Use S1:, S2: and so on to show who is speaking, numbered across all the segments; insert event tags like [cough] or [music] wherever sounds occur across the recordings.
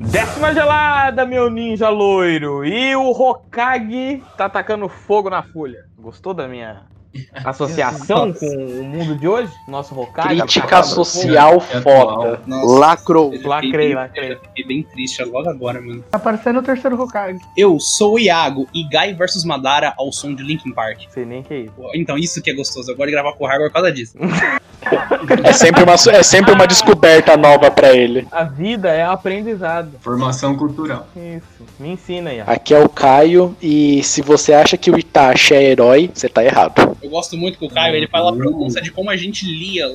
S1: Décima gelada, meu ninja loiro. E o Hokage tá atacando fogo na folha. Gostou da
S2: [laughs]
S1: minha associação com o mundo de hoje? Nosso Hokage.
S2: Crítica
S1: atacando fogo?
S2: social
S3: É
S2: foda.
S3: atual.
S4: Nossa,
S2: Lacrou.
S3: Eu
S1: Lacrei,
S3: fiquei bem-
S1: lacrei.
S3: Eu fiquei bem triste logo agora, mano.
S5: Tá parecendo o terceiro Hokage.
S3: Eu sou o Iago e Guy vs Madara ao som de Linkin Park.
S1: Sei nem que é isso.
S3: Pô, Então, isso que é gostoso. Eu gosto de gravar com o Hagor por causa disso.
S2: É sempre, uma, é sempre uma descoberta nova pra ele.
S1: A vida é aprendizado.
S6: Formação cultural.
S1: Isso. Me ensina aí. [laughs] Ah, ó.
S2: Aqui é o Caio, e se você acha que o Itachi é herói, você tá errado.
S3: Eu gosto muito que o Caio, ele fala a pronúncia de como a gente lia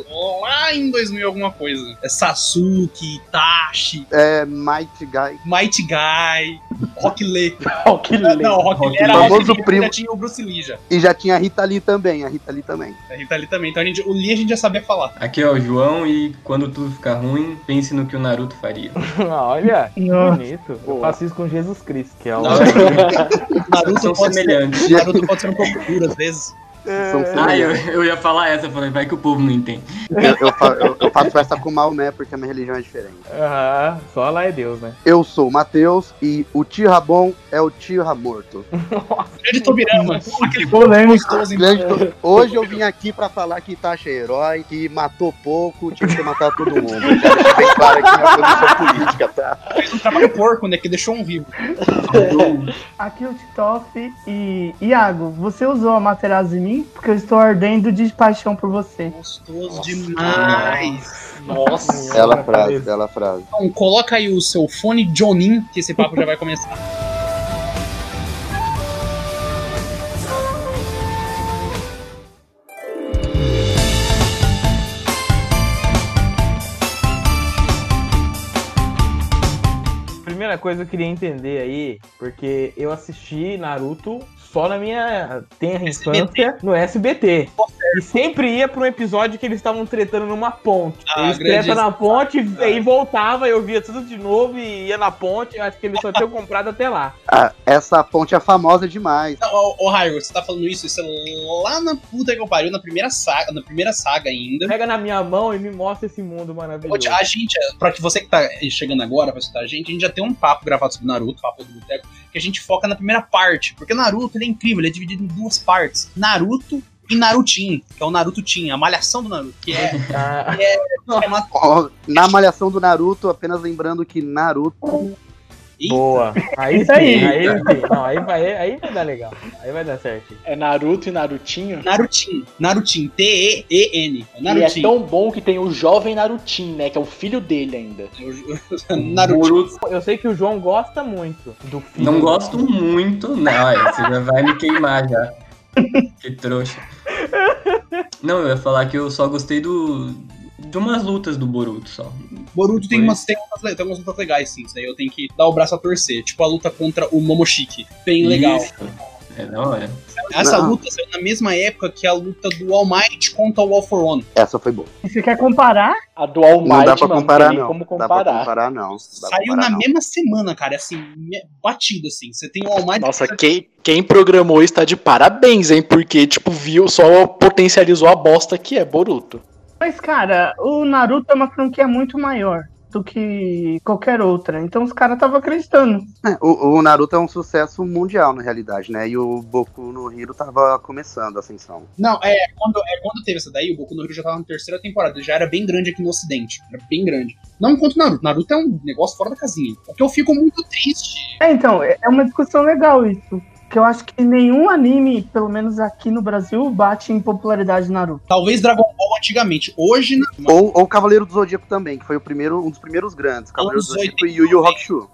S3: lá em 2000 alguma coisa. É Sasuke, Itachi,
S4: é Might Guy.
S3: Might Guy, Rock Lee.
S2: Oh, que
S3: Ah, Não, Rock Lee
S6: Rock
S3: era
S4: Lee.
S3: Rock
S4: Famoso
S3: Lee,
S4: primo.
S3: já tinha o Bruce Lee já.
S4: E já tinha a Rita Lee também, a Rita Lee também.
S3: A Rita Lee também. Então, a gente, o Lee a gente já sabia falar.
S6: Aqui é o João e quando tudo ficar ruim, pense no que o Naruto faria.
S1: Olha, que
S5: Nossa.
S1: bonito. Eu
S2: Boa.
S1: faço isso com Jesus Cristo, que é o.
S3: Naruto
S6: São
S3: pode ser, É.
S6: semelhantes.
S3: Naruto pode ser um pouco duro às vezes.
S4: São
S6: Ah, eu,
S4: semelhantes.
S6: eu ia falar essa, falei, vai que o povo não entende.
S4: eu, eu fa- eu- eu faço essa com Maomé porque a minha religião é diferente.
S1: [laughs] Aham, só lá é Deus, né?
S4: Eu sou o Matheus e o tio Rabon é o tio Ramorto.
S3: Grande Tobirama, aquele
S5: Polêmico.
S3: gostoso em
S4: Grande- Hoje eu vim aqui pra falar que Itachi é herói, que matou pouco, tinha que matar todo mundo. Já deixei bem claro aqui né? minha posição política, tá?
S3: fez um trabalho porco, né? Que deixou um vivo.
S5: Aqui é o Titoff e. Iago, você usou a Materazzi em mim? Porque eu estou ardendo de paixão por você.
S3: Gostoso demais. Nossa.
S4: Bela frase, bela frase.
S3: Então, coloca aí o seu fone Jonin, que esse papo já vai começar.
S1: Primeira coisa eu queria entender aí, porque eu assisti Naruto só na minha tenra
S3: SBT.
S1: infância no SBT. E sempre ia pra um episódio que eles estavam tretando numa ponte.
S3: Ah,
S1: eles
S3: grande
S1: tretam na ponte e
S3: Ah.
S1: aí voltava, eu via tudo de novo e ia na ponte. Eu acho que eles só tinham comprado até lá.
S4: Ah, essa ponte é famosa demais.
S3: Não, Ô, ô Raigor, você tá falando isso, isso é lá na puta que eu pariu, na primeira saga, na primeira saga ainda.
S1: Pega na minha mão e me mostra esse mundo
S3: Ô,
S1: maravilhoso.
S3: tia, A gente, pra que você que tá chegando agora pra escutar a gente, a gente já tem um papo gravado sobre Naruto, papo do Boteco, que a gente foca na primeira parte. Porque Naruto ele é incrível, ele é dividido em duas partes. Naruto e Narutin, que é o Naruto Team, a malhação do Naruto, que é,
S1: Ah,
S3: é uma
S4: Ó, Na malhação do Naruto, apenas lembrando que Naruto.
S1: boa. Aí sim,
S5: Isso
S1: aí,
S5: aí.
S1: sim. Não, aí vai, aí vai dar legal. Aí vai dar certo.
S2: É Naruto e Narutinho?
S3: Narutin, Narutin, T-E-E-N, é
S2: E é
S3: Narutin.
S2: tão bom que tem o jovem Narutinho, né? Que é o filho dele ainda.
S3: [laughs] Narutin.
S1: Eu sei que o João gosta muito do filme.
S6: Não gosto muito, não. é, Você já vai me
S3: [laughs]
S6: queimar já. Que trouxa. Não, eu ia falar que eu só gostei do. de umas lutas do Boruto só.
S3: Boruto tem
S6: Foi.
S3: umas, tem, umas, le- tem umas lutas legais, sim. Isso daí eu tenho que dar o braço a torcer. Tipo a luta contra o Momoshiki. Bem legal.
S6: Isso. É da hora.
S3: Essa
S4: Não.
S3: luta saiu na mesma época que a luta do All Might contra o All For One.
S4: Essa foi boa.
S5: E você quer comparar?
S2: A do All Might,
S4: Não dá pra
S2: mano,
S4: comparar,
S2: tem nem
S4: não.
S2: como
S4: Dá pra
S2: comparar.
S4: comparar, não. Dá pra
S3: Saiu
S4: comparar,
S3: na
S4: não.
S3: mesma semana, cara. Assim, me- batido, assim. Você tem o All Might.
S2: Nossa, quem, quem programou está de parabéns, hein? Porque, tipo, viu, só potencializou a bosta que é Boruto.
S5: Mas, cara, o Naruto é uma franquia muito maior do que qualquer outra. Então os caras estavam acreditando.
S4: É, O, o Naruto é um sucesso mundial, na realidade, né? E o Boku no Hiro tava começando a ascensão.
S3: Não, é quando, é quando teve essa daí, o Boku no Hero já tava na terceira temporada. Já era bem grande aqui no Ocidente. Era bem grande. Não contra o Naruto. Naruto é um negócio fora da casinha. O que eu fico muito triste.
S5: É, então, é é uma discussão legal isso. Que eu acho que nenhum anime, pelo menos aqui no Brasil, bate em popularidade de Naruto.
S3: Talvez Dragon Ball antigamente. Hoje, na
S4: Ou, ou Cavaleiro do Zodíaco também, que foi o primeiro, um dos primeiros grandes. Cavaleiro do
S3: Anos
S4: Zodíaco
S3: 80
S4: e Yu Yu Hakusho.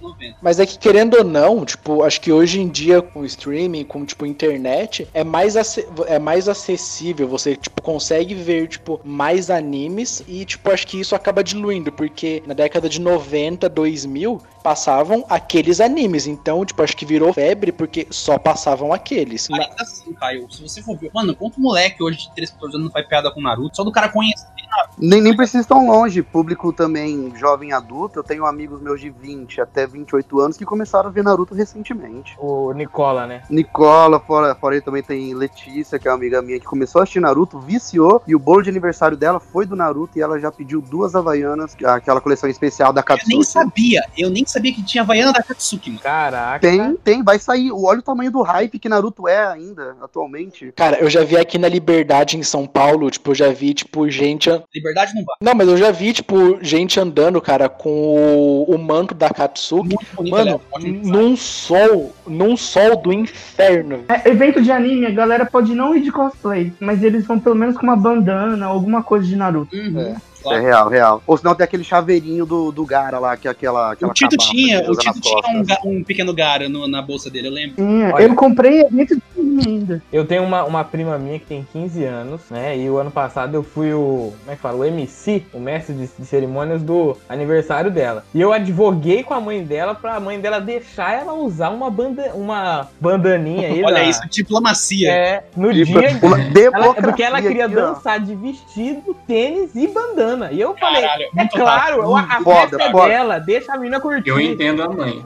S3: 90.
S2: Mas é que, querendo ou não, tipo, acho que hoje em dia, com streaming, com, tipo, internet, é mais, ace- é mais acessível. Você, tipo, consegue ver, tipo, mais animes e, tipo, acho que isso acaba diluindo, porque na década de 90, 2000, passavam aqueles animes. Então, tipo, acho que virou febre porque só passavam aqueles.
S3: Ah.
S2: Na-
S3: Ainda assim, Caio, se você for ver. Mano, quanto moleque hoje de 13, 14 anos não faz piada com Naruto? Só do cara conhecer Naruto
S4: Nem, nem precisa ir tão longe. Público também jovem adulto. Eu tenho amigos meus de 20 até 28 anos que começaram a ver Naruto recentemente.
S1: O Nicola, né?
S4: Nicola, fora, fora ele também tem Letícia, que é uma amiga minha que começou a assistir Naruto, viciou. E o bolo de aniversário dela foi do Naruto e ela já pediu duas Havaianas, aquela coleção especial da
S3: Eu nem
S4: Katsuki.
S3: sabia, eu nem sabia que tinha Havaiana da Katsuki, mano.
S1: Caraca.
S4: Tem, tem, vai sair. Olha o tamanho do hype que Naruto é ainda, atualmente. É
S2: Cara, eu já vi aqui na Liberdade em São Paulo, tipo, eu já vi, tipo, gente. an-
S3: Liberdade não vai.
S2: Não, mas eu já vi, tipo, gente andando, cara, com o, o manto da Katsuki.
S3: Muito bonita,
S2: Mano, hum,
S3: né? Ótimo design.
S2: num sol, num sol do inferno.
S5: É, evento de anime, a galera pode não ir de cosplay, mas eles vão pelo menos com uma bandana, alguma coisa de Naruto.
S3: Uhum.
S4: É real, real. Ou senão tem aquele chaveirinho do, do Gara lá, que é aquela. aquela
S3: O Tito
S4: cabaça que
S3: tinha,
S4: ele
S3: o
S4: usa
S3: Tito
S4: nas
S3: tinha um,
S4: costas.
S3: ga- um pequeno gara no- na bolsa dele, eu lembro.
S5: Sim, é.
S1: Olha.
S5: eu comprei evento de anime ainda.
S1: Eu tenho uma, uma prima minha que tem 15 anos, né? E o ano passado eu fui o. Como é que fala? O MC, o mestre de, de cerimônias do aniversário dela. E eu advoguei com a mãe dela pra mãe dela deixar ela usar uma, banda, uma bandaninha aí.
S3: [laughs] Olha
S1: da-
S3: isso, diplomacia.
S1: É, no
S4: Tipo,
S1: dia.
S4: uma
S1: Ela,
S4: democracia
S1: porque ela queria
S4: aqui, ó.
S1: dançar de vestido, tênis e bandana. E eu falei,
S3: Caralho,
S1: é
S3: muito
S1: claro, a, a
S4: Foda,
S1: festa é
S4: foda.
S1: dela, deixa a menina curtir.
S6: Eu entendo a mãe.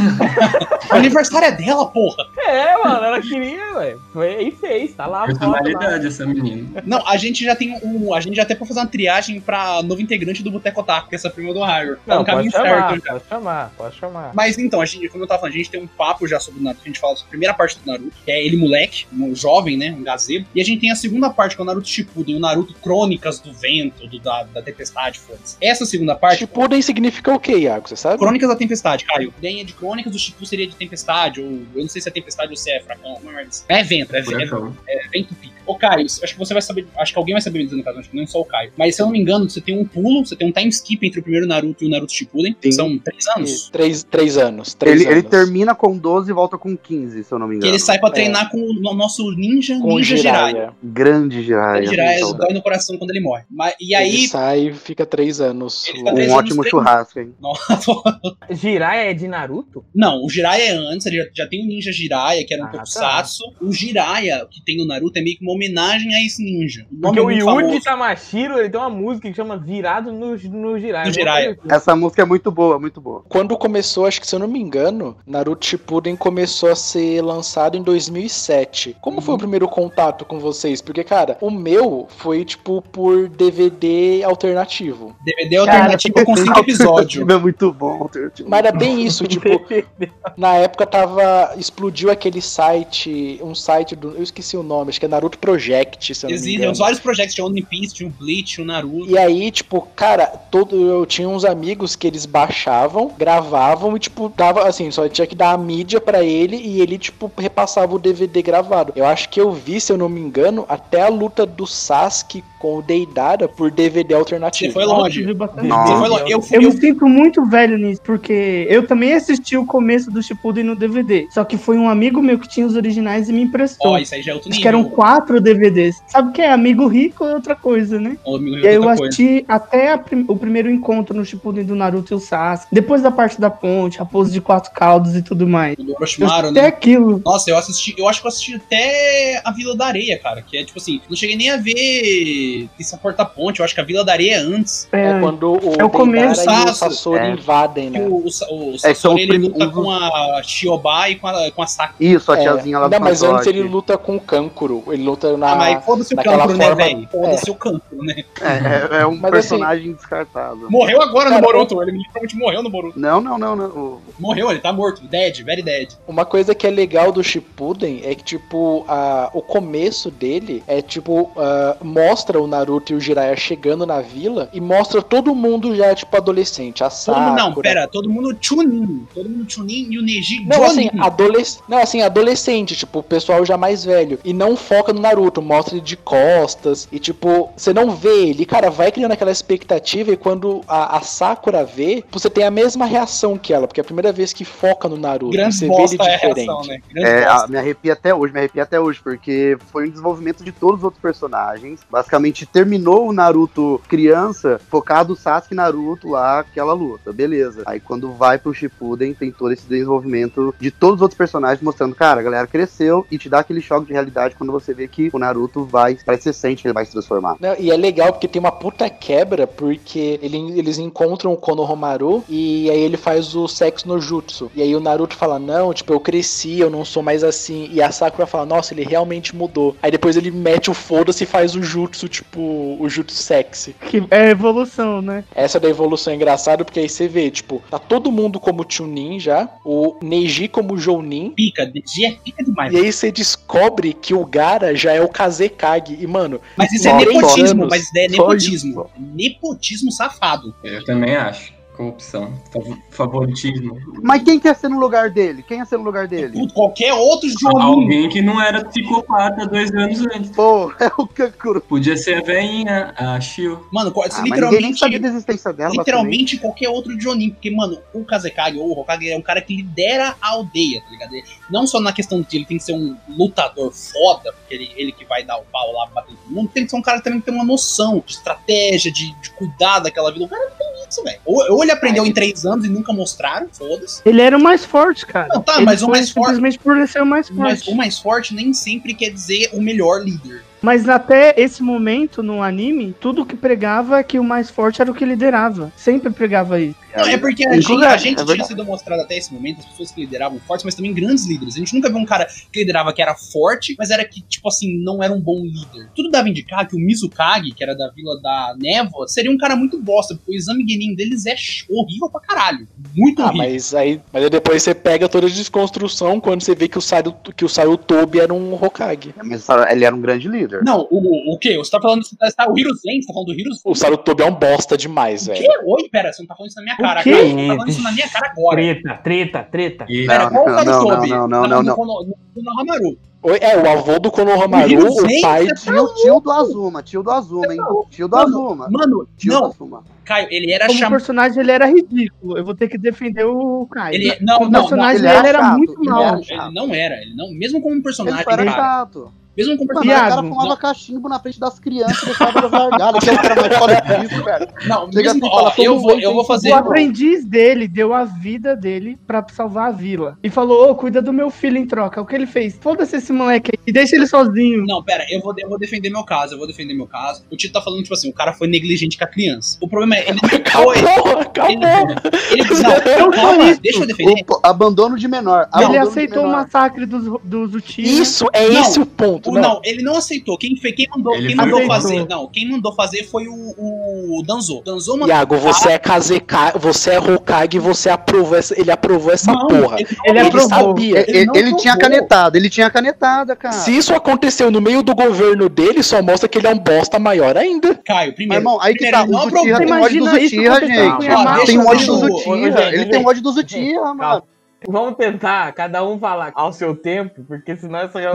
S3: rápido. O aniversário é dela, porra.
S1: É, mano, ela queria, ué. Foi e fez, tá
S3: Ah,
S1: lá a foto lá.
S6: Personalidade essa menina.
S3: Não, a gente já tem um. A gente já até pode fazer uma triagem pra novo integrante do Boteco Otaku, que é essa prima do Hyrule. Tá
S1: Não,
S3: no
S1: pode
S3: caminho
S1: chamar,
S3: certo.
S1: pode chamar, pode chamar.
S3: Mas então, a gente, como eu tava falando, a gente tem um papo já sobre o Naruto, a gente fala sobre a primeira parte do Naruto, que é ele moleque, um jovem, né, um gazebo. E a gente tem a segunda parte, que é o Naruto Shippuden, o Naruto Crônicas do Vento, do, da, da Tempestade, foda-se. Essa segunda parte,
S2: Shippuden Tipo, significa o que, Iago? Você sabe?
S3: Crônicas da Tempestade, Caio. Ideia de Crônicas, o Shippuden seria de Tempestade, ou eu não sei se é Tempestade ou se é Fracão, mas... É vento, é vento,
S6: Furacão.
S3: é vento pica. Ô, Caio, acho que você vai saber, acho que alguém vai saber dizer no caso, acho que não só o Caio. Mas se eu não me engano, você tem um pulo, você tem um time skip entre o primeiro Naruto e o Naruto Shippuden,
S2: Sim.
S3: são três anos.
S2: E Três, três anos. Três
S4: Ele, ele
S2: anos.
S4: termina com 12 e volta com 15, se eu não me
S3: Que
S4: engano.
S3: ele sai pra treinar com o no- nosso ninja,
S2: com o
S3: ninja Jiraiya.
S2: Jiraiya.
S4: Grande Jiraiya. é Então,
S3: O Jiraiya
S4: muito
S3: dói no coração quando ele morre. Mas, e [laughs]
S2: Ele
S3: aí...
S2: sai e fica três anos.
S3: Ele fica
S4: saudável.
S3: três
S4: Um ótimo
S3: anos
S4: churrasco, hein?
S1: Jiraiya é de Naruto?
S3: Não, o Jiraiya é antes, ele já, já tem o ninja Jiraiya, que era um
S1: Ah, tá.
S3: tokusatsu. O Jiraiya, que tem no Naruto, é meio que uma homenagem a esse ninja. O nome
S1: Porque
S3: é
S1: o
S3: muito
S1: Yuji
S3: famoso.
S1: Tamashiro, ele tem uma música que chama Virado no, no Jiraiya.
S3: No Jiraiya.
S4: Essa música é muito boa, muito boa.
S2: Quando começou, acho que se eu não me engano, Naruto Shippuden começou a ser lançado em 2007. Como
S3: Uhum.
S2: foi o primeiro contato com vocês? Porque, cara, o meu foi, tipo, por DVD alternativo.
S3: DVD é alternativo com
S4: [laughs]
S3: cinco episódios.
S4: É muito bom. tem- tem-
S2: Mas era bem
S3: [laughs]
S2: isso, tipo, na época tava. Explodiu aquele site, um site do. Eu esqueci o nome, acho que é Naruto Project, se eu não me
S3: Existem
S2: engano.
S3: vários projetos, tinha o One Piece, tinha o Bleach, tinha o Naruto.
S2: E aí, tipo, cara, todo eu tinha uns amigos que eles baixavam, gravavam e tipo, dava assim, só tinha que dar a mídia pra ele e ele tipo repassava o DVD gravado. Eu acho que eu vi, se eu não me engano, até a luta do Sasuke com o Deidara por DVD
S3: Você
S2: alternativo.
S3: foi
S5: Nossa,
S3: longe.
S5: viu bastante.
S4: Nossa.
S3: Você foi longe. Eu,
S5: Eu
S3: fui.
S5: me
S3: eu,
S5: sinto muito velho nisso, porque eu também assisti o começo do Shippuden no DVD. Só que foi um amigo meu que tinha os originais e me emprestou.
S3: ó, isso aí já é outro
S5: Acho que eram
S3: nível.
S5: quatro DVDs. Sabe o que é? Amigo rico é outra coisa, né?
S3: Ô, amigo,
S5: E aí eu
S3: outra coisa.
S5: assisti até a prim- o primeiro encontro no Shippuden do Naruto e o Sasuke. Depois da parte da ponte, a pose de quatro caldos e tudo mais.
S3: O do
S5: Eu
S3: Orochimaru,
S5: até
S3: né?
S5: aquilo.
S3: Nossa, eu assisti, eu acho que eu assisti até a Vila da Areia, cara. Que é tipo assim, não cheguei nem a ver essa porta-ponte. Eu acho que a Vila da Areia é antes.
S5: É,
S2: É quando o
S5: É o começo.
S2: Deidara e o
S3: Sasuke.
S2: Sasori
S4: É.
S2: invadem,
S3: Que
S2: né?
S3: o, o, Sa- o
S4: É, são
S3: Sasori
S4: os
S3: ele
S4: prim-
S3: luta
S4: um dos-
S3: com a Shioba e com a, com a Sakura.
S4: Isso, a
S2: É,
S4: tiazinha lá do
S2: Não, mas antes
S4: Fantoche.
S2: ele luta com o Kankuro. Ele luta na.
S3: Ah, mas foda-se o
S2: daquela
S3: cancro, né,
S2: forma-
S3: velho? Foda-se o cancro, né?
S4: É, é- é um
S2: Mas assim,
S4: personagem descartável.
S3: Morreu agora
S2: Cara,
S3: no Boruto. Ele literalmente morreu no Boruto.
S4: Não, não, não, não.
S3: Morreu, ele tá morto. Dead, very dead.
S2: Uma coisa que é legal do Shippuden é que, tipo, a, o começo dele é, tipo, ah, mostra o Naruto e o Jiraiya chegando na vila e mostra todo mundo já, tipo, adolescente. A
S3: Todo
S2: Sakura...
S3: mundo, não, pera, todo mundo Chunin. Todo mundo Chunin e o Neji
S2: Não assim,
S3: Jonin.
S2: adoles... não, assim, adolescente, tipo, o pessoal já mais velho. E não foca no Naruto, mostra ele de costas. E, tipo, você não vê ele. Cara, vai criando aquela expectativa e quando a, a Sakura vê, você tem a mesma reação que ela. Porque é a primeira vez que foca no Naruto.
S3: Grande
S2: você
S3: bosta é a reação, né? Grande
S4: É, a-
S3: bosta.
S4: me arrepia até hoje, me arrepia até hoje, porque foi um desenvolvimento de todos os outros personagens. basicamente terminou o Naruto criança, focado o Sasuke e Naruto lá, aquela luta, beleza. Aí quando vai pro Shippuden, tem todo esse desenvolvimento de todos os outros personagens, mostrando, cara, a galera cresceu e te dá aquele choque de realidade quando você vê que o Naruto vai, parece que você sente que ele vai se transformar.
S2: Não, e é legal porque tem uma puta quebra, porque ele- eles encontram o Konohamaru e aí ele faz o sexo no jutsu. E aí o Naruto fala: Não, tipo, eu cresci, eu não sou mais assim. E a Sakura fala: Nossa, ele realmente mudou. Aí depois ele mete o foda-se e faz o jutsu, tipo, o jutsu sexy.
S5: Que é evolução, né?
S2: Essa da evolução é engraçada porque aí você vê, tipo, tá todo mundo como Chunin já, o Neji como Jounin.
S3: Pica, DG é pica demais.
S2: E aí você descobre que o Gara já é o Kazekage. E, mano,
S3: Mas isso é
S2: Nove
S3: nepotismo,
S2: anos.
S3: mas isso é
S2: Só
S3: nepotismo. Nepotismo safado.
S6: Eu também acho. Corrupção. Fav- Favoritismo.
S4: Mas quem quer ser no lugar dele? Quem ia ser no lugar dele?
S3: Puto, Qualquer outro Jonin.
S6: Ah, Alguém que não era psicopata dois anos antes.
S4: Pô, [laughs] é o Kankuro.
S6: Podia ser a veinha, a Shio.
S3: Mano, co-
S4: Ah, mas ninguém nem
S3: literalmente.
S4: sabia da existência dela. basicamente.
S3: Literalmente qualquer outro Jonin, porque, mano, o Kazekage ou o Hokage é um cara que lidera a aldeia, tá ligado? Ele- Não só na questão de ele tem que ser um lutador foda, porque ele, ele que vai dar o pau lá pra todo mundo, tem que ser um cara que também que tem uma noção de estratégia, de, de cuidar daquela vida. O cara não tem isso, velho. Ou, ou ele aprendeu em três anos e nunca mostraram, foda-se.
S5: Ele era o mais forte, cara.
S3: Não, tá,
S5: Ele
S3: mas o
S5: foi
S3: mais forte-
S5: Simplesmente por ele ser o mais forte.
S3: Mas o mais forte nem sempre quer dizer o melhor líder.
S5: Mas até esse momento no anime, tudo que pregava é que o mais forte era o que liderava. Sempre pregava isso.
S3: Não, é porque a
S4: Inclusive,
S3: gente, a
S4: é
S3: gente tinha
S4: verdade.
S3: sido mostrado até esse momento, as pessoas que lideravam fortes, mas também grandes líderes. A gente nunca viu um cara que liderava que era forte, mas era que, tipo assim, não era um bom líder. Tudo dava a indicar que o Mizukage, que era da Vila da Névoa, seria um cara muito bosta, porque o exame guenin deles é ch- horrível pra caralho. Muito
S2: Ah,
S3: horrível.
S2: mas aí, mas aí depois você pega toda a desconstrução quando você vê que o Saru, que o Saru Tobi era um Hokage.
S4: Mas sabe, ele era um grande líder.
S3: Não, o, o quê? Você tá falando você tá, o Hiro Zen? Você tá falando do Hiro Zen?
S2: O Saru Tobi é um bosta demais,
S3: O
S2: velho.
S3: quê? Oi, pera, você não tá falando isso na minha cara.
S5: quê?
S3: Cara, você tá falando isso na minha cara agora.
S1: Treta, treta, treta.
S6: E
S3: Pera,
S4: Não,
S3: qual o
S4: não,
S3: cara
S4: não,
S3: soube?
S4: não, não,
S3: Na-
S4: não,
S3: no-
S4: não.
S3: no- no- no Hamaru.
S2: Oi, É, o avô do
S3: O
S2: Konohamaru,
S3: Hiruzen,
S2: o pai.
S3: você tá
S4: Tio, tio do Azuma, tio do Azuma, hein? Tio do
S3: Mano,
S4: Azuma.
S3: Mano,
S4: Tio do
S3: não,
S4: Azuma.
S3: Caio, ele era
S5: Como
S3: chamado.
S5: personagem, ele era ridículo. Eu vou ter que defender o Kai.
S3: Ele, não,
S5: Como
S3: não, não,
S5: personagem,
S4: ele era
S5: ele era
S4: chato,
S5: muito
S4: ele
S5: mal.
S4: era-
S3: Não, ele não era. Ele não, mesmo como um
S4: Ele
S3: personagem,
S4: era
S3: cara,
S4: é chato.
S3: mesmo como personagem.
S4: Mano, o
S5: Viado,
S4: cara fumava
S3: não.
S4: cachimbo na frente das crianças e deixava elas largadas. Que é o cara mais foda disso, cara.
S3: Não,
S4: Chega
S3: mesmo,
S4: assim,
S3: ó,
S4: fala, todo
S3: eu vou,
S4: mundo
S3: eu vou
S4: tem
S3: fazer.
S5: O
S4: que voar.
S5: aprendiz dele deu a vida dele pra salvar a vila. E falou: Ô, cuida do meu filho em troca. O que ele fez? Foda-se esse moleque aí e deixa ele sozinho.
S3: Não, pera, eu vou, eu vou defender meu caso, eu vou defender meu caso. O Tito tá falando, tipo assim, o cara foi negligente com a criança. O problema é, ele
S2: Calma,
S3: foi.
S2: calma.
S3: Ele, não, calma, deixa eu defender.
S4: O- abandono de menor.
S5: ele
S4: abandono de
S5: aceitou o
S4: menor.
S5: massacre dos, dos Uchiha.
S2: Isso, é
S3: Não,
S2: esse o ponto.
S3: O-
S2: Não.
S3: não, ele não aceitou. Quem, foi, quem mandou,
S6: Ele
S3: quem mandou
S5: foi-
S3: fazer?
S5: aceitou.
S3: Não, quem mandou fazer foi o, o Danzo. Danzo mandou.
S2: Iago, você
S3: Ah.
S2: é Kazekage, você é Hokage, você aprovou essa, ele aprovou essa
S3: Não,
S2: porra.
S3: ele-
S5: Ele
S2: Ele
S5: aprovou.
S2: sabia.
S4: Ele,
S3: não
S4: É, ele tinha
S3: jogou.
S4: canetada, ele tinha canetada, cara.
S2: Se isso aconteceu no meio do governo dele, só mostra que ele é um bosta maior ainda.
S3: Caio,
S4: Mas,
S3: primeiro.
S4: irmão, aí que
S3: primeiro,
S4: tá.
S3: ele não
S4: O Zutira tem
S5: aprovou.
S4: ódio do
S5: Imagina isso
S4: Zutira,
S5: acontecendo com
S4: gente.
S5: o Yamaha.
S4: Tem ódio do
S3: Ô, ô,
S4: Zutira. Ele tem ódio do Zutira, mano.
S1: Vamos tentar cada um falar ao seu tempo, porque senão essa já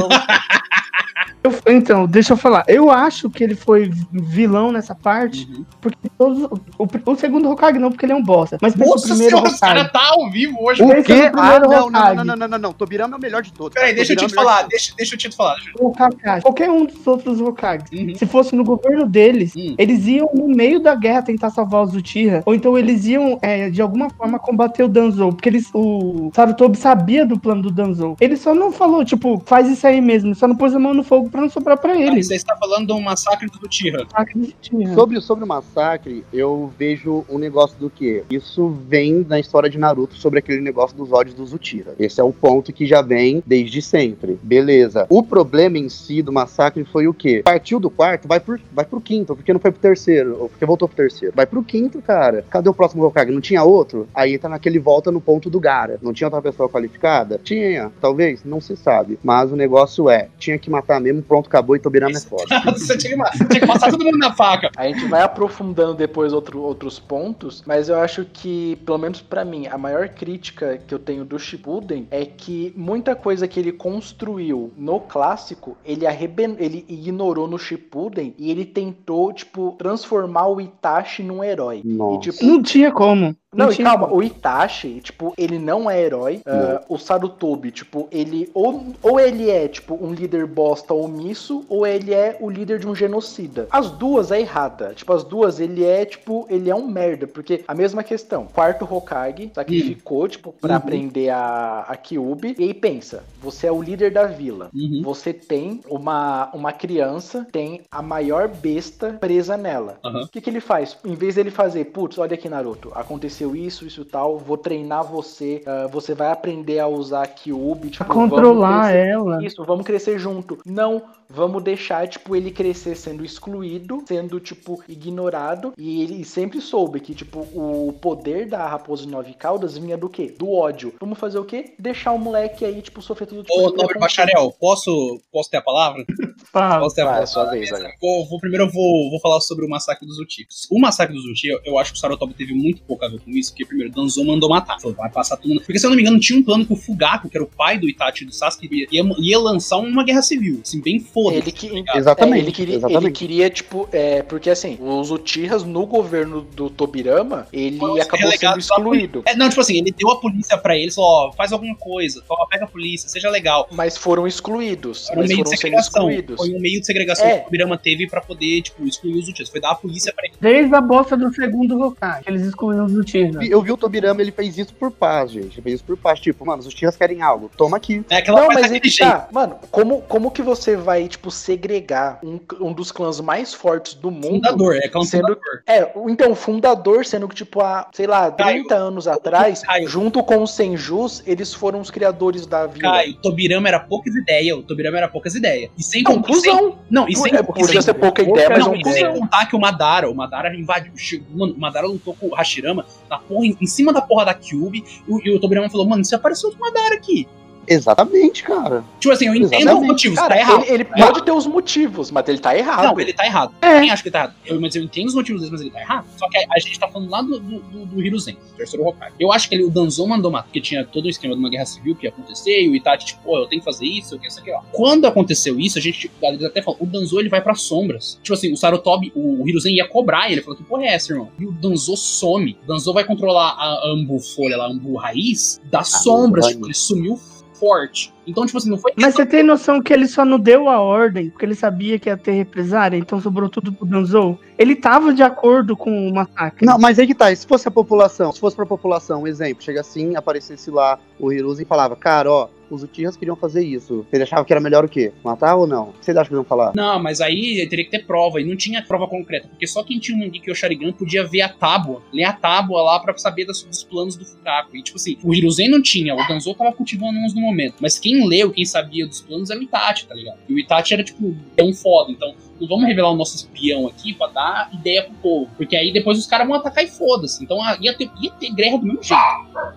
S5: Eu- então, deixa eu falar. Eu acho que ele foi vilão nessa parte.
S3: Uhum.
S5: Porque todos, o, o segundo Hokage não, porque ele é um bosta. Mas pensa o
S3: Nossa
S5: primeiro
S3: senhora, os
S5: Hokage.
S3: caras tá ao vivo hoje.
S5: Esse é
S4: O
S5: o
S4: quê? Ah,
S5: primeiro
S4: não, não, não,
S5: Hokage.
S4: não, não, não, não, não. Tobirama é o melhor de todos.
S3: Peraí,
S4: cara.
S3: deixa eu te
S4: Tobirama é o melhor
S3: falar, deixa, deixa eu te falar.
S5: O Kakashi, qualquer um dos outros Hokages.
S3: Uhum.
S5: Se fosse no governo deles,
S3: Hum.
S5: eles iam no meio da guerra tentar salvar os Uchiha, ou então eles iam é, de alguma forma combater o Danzou, porque eles, o Sarutobi sabia do plano do Danzou. Ele só não falou, tipo, faz isso aí mesmo, só não pôs a mão no fogo pra não sobrar pra
S3: Ele.
S5: eles.
S3: Você está falando do massacre do Tira.
S5: Hum.
S4: de- Sobre, sobre o massacre, eu vejo um negócio do quê? Isso vem na história de Naruto sobre aquele negócio dos ódios do Zutira. Esse é o ponto que já vem desde sempre. Beleza. O problema em si do massacre foi o quê? Partiu do quarto, vai, por, vai pro quinto, porque não foi pro terceiro, ou porque voltou pro terceiro. Vai pro quinto, cara. Cadê o próximo Hokage? Não tinha outro? Aí tá naquele volta no ponto do Gara. Não tinha outra pessoa qualificada? Tinha, talvez, não se sabe. Mas o negócio é, tinha que matar mesmo, pronto, acabou e Tobirama é foda.
S3: [laughs] Você tinha que, ma- tinha que passar todo mundo na faca.
S2: A gente vai aprofundando depois outro- outros pontos, mas eu acho que, pelo menos pra mim, a maior crítica que eu tenho do Shippuden é que muita coisa que ele construiu no clássico, ele, arreben... ele ignorou no Shippuden e ele tentou, tipo, transformar o Itachi num herói. E,
S4: Nossa.
S2: tipo,
S5: Não tinha como.
S2: Não, e
S5: Mentira.
S2: calma, o Itachi, tipo, ele não é herói. Ah, o Sarutobi, tipo, ele ou, ou ele é, tipo, um líder bosta omisso, ou ele é o líder de um genocida. As duas é errada. Tipo, as duas, ele é, tipo, ele é um merda. Porque a mesma questão, quarto Hokage sacrificou, tipo, pra
S3: Uhum.
S2: prender a, a Kyubi. E aí pensa, você é o líder da vila.
S3: Uhum.
S2: Você tem uma, uma criança, tem a maior besta presa nela.
S3: Aham.
S2: O que, que ele faz? Em vez dele fazer, putz, olha aqui, Naruto, aconteceu isso, isso e tal, vou treinar você, ah, você vai aprender a usar a Kyubi, tipo,
S5: Pra controlar é.
S2: vamos crescer-
S5: ela.
S2: Isso, vamos crescer junto. Não, vamos deixar, tipo, ele crescer sendo excluído, sendo, tipo, ignorado. E ele sempre soube que, tipo, o poder da Raposa de Nove Caldas vinha do quê? Do ódio. Vamos fazer o quê? Deixar o moleque aí, tipo, sofrer tudo. Tipo,
S3: Ô,
S2: ele
S3: Nobre
S2: vai
S3: Bacharel, posso, posso ter a palavra?
S5: Fala.
S3: Posso ter a palavra?
S4: Vai, é a sua vez agora.
S3: Vou, vou- primeiro eu vou, vou falar sobre o massacre dos Uchi. O massacre dos Uchi, eu, eu acho que o Sarutobi teve muito pouco a ver com isso, porque primeiro Danzou mandou matar. Falou, vai passar tudo. Porque se eu não me engano, tinha um plano que o Fugaku, que era o pai do Itachi e do Sasuke, ia, ia, ia lançar uma guerra civil. Assim, bem foda.
S2: Ele que,
S4: Exatamente.
S2: É, ele, queria,
S4: exatamente.
S2: ele queria, tipo, é, porque assim, os Uchihas no governo do Tobirama, ele
S3: Foram
S2: acabou sendo
S3: relegados à
S2: excluído.
S3: É, não, tipo assim, ele deu a polícia pra eles, falou, ó, faz alguma coisa, ó, pega a polícia, seja legal.
S2: Mas foram excluídos.
S3: Foi um
S2: Mas
S3: meio de
S2: foram sendo
S3: segregação.
S2: excluídos.
S3: Foi um meio de segregação
S2: É.
S3: que o Birama teve pra poder, tipo, excluir os Uchis. Foi dar a polícia pra eles.
S5: Desde a bosta do segundo Hokage, eles excluíram os Uchiha.
S4: Eu vi o Tobirama, ele fez isso por paz, gente. Ele fez isso por paz. Tipo, mano, os tias querem algo. Toma aqui.
S3: É aquela
S2: Não,
S3: coisa
S2: mas é
S3: daquele
S2: que
S3: jeito.
S2: tá. Mano, como, como que você vai, tipo, segregar um, um dos clãs mais fortes do mundo?
S3: Fundador, é clã
S2: Sendo-
S3: fundador.
S2: É, o- então, o fundador, sendo que, tipo, há, sei lá, 30 anos atrás,
S3: Caio.
S2: junto com os Senjus, eles foram os criadores da vila.
S3: Cara, o Tobirama era poucas ideias, o Tobirama era poucas ideias. E sem
S2: É um cuzão.
S3: Não, e sem,
S2: É,
S3: e sem-
S2: podia ser pouca ideia, mas é
S3: não,
S2: um
S3: e sem
S2: cuzão.
S3: contar que o Madara, o Madara invadiu, chegou, mano, o Madara lutou com o Hashirama na porra, em, em cima da porra da Cube, o- e o Tobirama falou, mano, você apareceu outro Madara aqui.
S4: Exatamente, cara.
S3: Tipo assim, eu entendo os
S4: Exatamente.
S3: motivos,
S2: Cara,
S3: tá errado.
S2: ele, ele pode ter os motivos, mas ele tá errado.
S3: Não, ele tá errado.
S5: É.
S3: Quem acha que ele tá errado? Eu, mas eu entendo os motivos dele, mas ele tá errado. Só que a, a gente tá falando lá do, do, do, do Hiruzen, do terceiro Hokage. Eu acho que ele, o Danzou mandou matar, porque tinha todo um esquema de uma guerra civil que ia acontecer, e o Itachi, tipo, pô, eu tenho que fazer isso, eu quero isso aqui, ó. Quando aconteceu isso, a gente, eles até falam, o Danzou ele vai pras sombras. Tipo assim, o Sarutobi, o, o Hiruzen ia cobrar, e ele falou, que porra é essa, irmão? E o Danzou some. O Danzou vai controlar a Ambu Folha lá, a Ambu Raiz, das sombras,
S4: Ambu
S3: tipo, ele sumiu forte. Então, tipo assim, não foi
S5: Mas você tem noção que ele só não deu a ordem porque ele sabia que ia ter represária, então sobrou tudo pro Danzou? Ele tava de acordo com o massacre.
S4: Não, mas aí que tá. E Se fosse a população, se fosse pra população, um exemplo, chega assim, aparecesse lá o Hiruzen e falava, cara, ó, os Uchihas queriam fazer isso. Vocês achavam que era melhor o quê? Matar ou não? O que vocês acham que eles vão falar?
S3: Não, mas aí teria que ter prova, e não tinha prova concreta, porque só quem tinha um Mangekyo Sharingan podia ver a tábua, ler a tábua lá pra saber das- dos planos do Fukaku. E tipo assim, o Hiruzen não tinha, o Danzou tava cultivando uns no momento, mas quem leu, quem sabia dos planos era o Itachi, tá ligado? E o Itachi era tipo tão foda, então não vamos revelar o nosso espião aqui pra dar ideia pro povo, porque aí depois os caras vão atacar e foda-se, então ah, ia ter, ia ter guerra do mesmo jeito.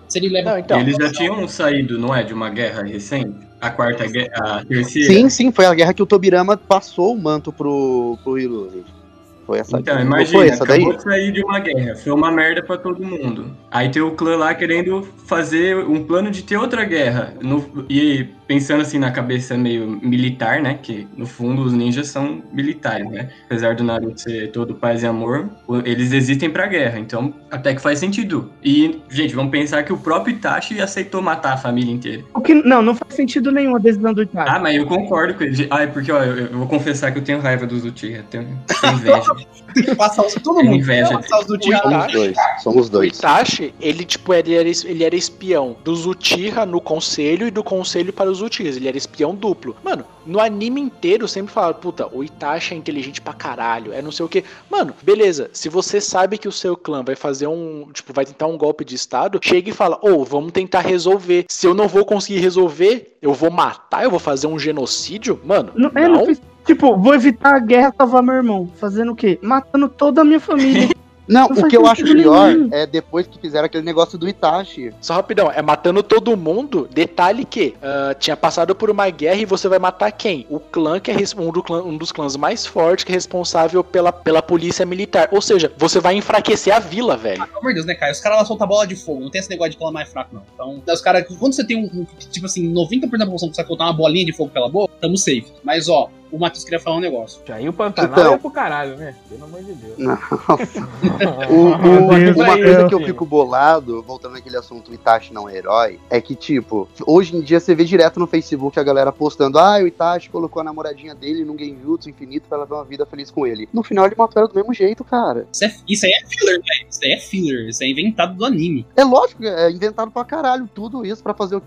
S3: Se ele leva
S2: Não, então.
S6: Eles já tinham saído, não é? De uma guerra recente? A quarta guerra. A terceira?
S4: Sim, sim, foi a guerra que o Tobirama passou o manto pro, pro Hiruzen. Foi essa
S6: Então,
S4: não
S6: imagina,
S4: foi essa daí?
S6: acabou de sair de uma guerra, foi uma merda pra todo mundo. Aí tem o clã lá querendo fazer um plano de ter outra guerra. No- e pensando assim na cabeça meio militar, né? Que no fundo os ninjas são militares, né? Apesar do Naruto ser todo paz e amor, o- eles existem pra guerra, então até que faz sentido. E, gente, vamos pensar que o próprio Itachi aceitou matar a família inteira.
S5: O que, não, não faz sentido nenhum a decisão do Itachi.
S6: Ah, mas eu concordo com ele. Ah, é porque, ó, eu, eu vou confessar que eu tenho raiva dos Uchiha, tenho, tenho inveja.
S4: [laughs]
S3: passar os todo
S6: tenho
S3: mundo,
S6: inveja.
S3: passar os do dia.
S4: Somos dois. Somos
S2: O
S4: dois.
S2: Itachi, ele, tipo, ele era, es- ele era espião dos Uchiha no conselho e do conselho para os Uchihas. Ele era espião duplo. Mano, no anime inteiro sempre fala, puta, o Itachi é inteligente pra caralho, é não sei o quê. Mano, beleza, se você sabe que o seu clã vai fazer um, tipo, vai tentar um golpe de estado, chega e fala, ô, vamos tentar resolver. Se eu não vou conseguir resolver, eu vou matar, eu vou fazer um genocídio? Mano,
S5: Não, é, não fez- tipo, vou evitar a guerra salvar meu irmão. Fazendo o quê? Matando toda a minha família.
S4: Não,
S5: Não
S4: o
S5: faz
S4: que eu acho
S5: sentido
S4: pior
S5: nenhum.
S4: é depois que fizeram aquele negócio do Itachi.
S2: Só rapidão, é matando todo mundo. Detalhe que ah, tinha passado por uma guerra e você vai matar quem? O clã que é res- um, do clã- um dos clãs mais fortes que é responsável pela, pela polícia militar. Ou seja, você vai enfraquecer a vila, velho.
S3: Pelo amor de Deus, né, cara? Os caras lá soltam bola de fogo, não tem esse negócio de falar mais fraco, não. Então, os caras, quando você tem um, um- tipo assim, 90% da população que consegue soltar uma bolinha de fogo pela boca, tamo safe. Mas, ó, o o Matheus queria falar um negócio.
S1: [laughs] Aí o Pantanal
S4: Então.
S1: é pro caralho, né? Pelo amor de Deus.
S4: Nossa. O-
S5: Meu
S4: o-
S5: Deus,
S4: uma
S1: aí,
S4: coisa é
S1: meu
S4: que eu
S1: filho.
S4: fico bolado, voltando naquele assunto Itachi não é herói, é que, tipo, hoje em dia você vê direto no Facebook a galera postando: ah, o Itachi colocou a namoradinha dele num Genjutsu infinito pra ela ter uma vida feliz com ele. No final ele matou ela do mesmo jeito, cara.
S3: Isso, é- isso aí é filler, velho. Isso aí é filler. Isso aí é inventado do anime.
S4: É lógico, é inventado pra caralho tudo isso pra fazer o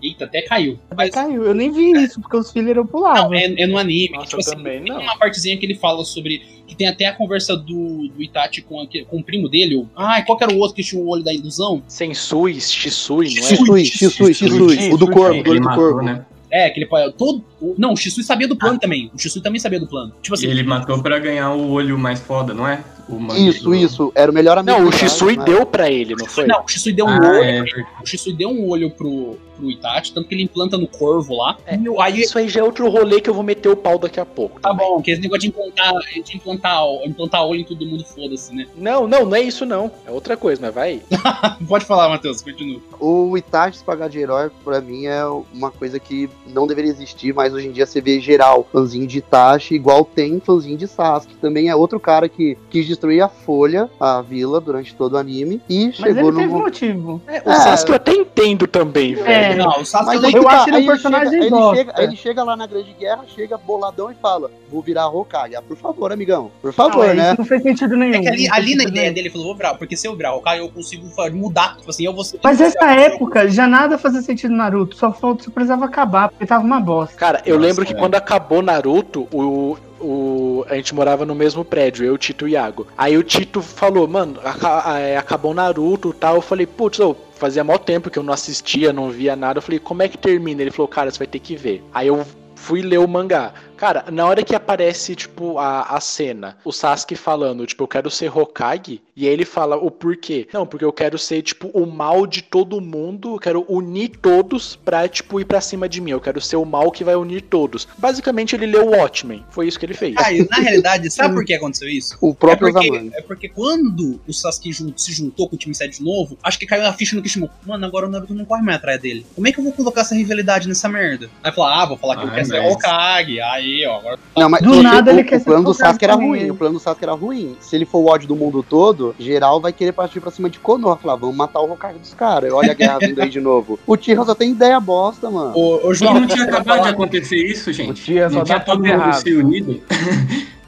S3: Eita, até caiu.
S5: Mas
S3: Mas
S5: caiu. Eu nem vi isso, porque os filhos eu pulava.
S3: não, é, é no anime.
S7: Nossa,
S3: tipo
S7: eu
S3: assim,
S7: também
S3: tem
S7: não.
S3: uma partezinha que ele fala sobre. Que tem até a conversa do, do Itachi com, aque- com o primo dele. o- Ah, e qual que era o outro que tinha o olho da ilusão?
S2: Sensui, Shisui, não é?
S4: Shisui, Shisui, Shisui, o do corvo, o
S6: Ele
S4: olho do
S6: matou,
S4: corvo.
S6: né?
S3: É, que ele fala. Todo, o- não, o Shisui sabia do
S7: Ah.
S3: plano também. O Shisui também sabia do plano. Tipo
S6: E
S3: assim,
S6: ele matou pra ganhar o olho mais foda, não é? O mangue
S4: Isso,
S6: do-
S4: isso, era o melhor amigo.
S2: Não, o
S4: dela,
S2: Shisui
S4: mas-
S2: deu pra ele, não foi?
S3: não, o Shisui deu um
S6: Ah,
S3: olho.
S6: é.
S3: O Shisui deu um olho pro, pro Itachi, tanto que ele implanta no corvo lá. E o- aí
S2: Isso aí já é outro rolê que eu vou meter o pau daqui a pouco.
S3: Tá bom, que esse negócio de implantar, de implantar, implantar olho em todo mundo, foda-se, né?
S2: Não, não, não é isso não. É outra coisa, mas vai.
S3: [laughs] Pode falar, Matheus, continua.
S4: O Itachi se pagar de herói, pra mim, é uma coisa que não deveria existir, mas hoje em dia você vê geral fãzinho de Itachi, igual tem fãzinho de Sasuke. Também é outro cara que quis destruir a Folha, a vila, durante todo o anime, e
S5: Mas
S4: chegou
S5: ele
S4: no.
S5: teve um- motivo.
S2: É,
S3: Ah.
S2: o Sasuke eu até entendo também, velho.
S5: É.
S3: Não, o Sasuke
S4: Mas
S3: não
S4: aí
S5: eu
S4: que
S5: acho ele um
S4: aí
S5: personagem
S4: chega, ele,
S5: bosta.
S4: chega, aí ele chega lá na Grande Guerra, chega boladão e fala: Vou virar Hokage. Ah, por favor, amigão. Por favor,
S5: Não, é,
S4: né?
S5: Isso não fez sentido nenhum.
S3: É que ali,
S5: Não fez
S3: ali na
S5: sentido
S3: ideia
S5: nenhum.
S3: dele, ele falou, vou virar, porque se eu virar o Kai, eu consigo fa- mudar, tipo assim, eu vou ser...
S5: Mas essa época já nada fazia sentido no Naruto, só falta só precisava acabar, porque tava uma bosta.
S2: Cara, eu
S6: Nossa, é.
S2: lembro que
S6: velho.
S2: quando acabou Naruto, o, o, a gente morava no mesmo prédio, eu, Tito e Iago. Aí o Tito falou, mano, aca- é, acabou Naruto e tal. Eu falei, putz, eu fazia mal tempo que eu não assistia, não via nada. Eu falei, como é que termina? Ele falou, cara, você vai ter que ver. Aí eu fui ler o mangá. Cara, na hora que aparece, tipo, a, a cena, o Sasuke falando, tipo, eu quero ser Hokage, e aí ele fala o porquê. Não, porque eu quero ser, tipo, o mal de todo mundo, eu quero unir todos pra, tipo, ir pra cima de mim. Eu quero ser o mal que vai unir todos. Basicamente, ele leu Watchmen. Foi isso que ele fez.
S3: Kai, na realidade, sabe por que aconteceu isso?
S4: O
S3: É
S4: próprio né?
S3: porque,
S4: Zamani.
S3: é porque quando o Sasuke jun- se juntou com o time 7 de novo, acho que caiu a ficha no Kishimoto. Mano, agora o Naruto não corre mais atrás dele. Como é que eu vou colocar essa rivalidade nessa merda? Aí falar, ah, vou falar que eu
S6: Ah,
S3: quero ser
S6: mas-
S3: Hokage, aí, ó, agora...
S4: Não, mas
S5: Do
S4: o-
S5: nada
S4: o,
S5: ele quer
S4: o
S5: ser
S4: plano do
S5: advogado
S4: Sasuke era
S5: também.
S4: ruim, o plano do Sasuke era ruim. Se ele for o ódio do mundo todo, geral vai querer partir pra cima de Konoha, falar, vamos matar o Hokage dos caras. Olha a guerra vindo aí de novo. O Tira só tem ideia bosta, mano.
S3: Ô, ô,
S6: E
S3: João,
S6: não tinha acabado de acontecer
S1: [laughs]
S6: isso,
S1: O
S6: gente?
S1: Tia só
S6: Não
S1: dá
S6: tinha
S4: tá
S6: todo
S1: tudo
S6: mundo
S1: errado.
S6: se unido [laughs]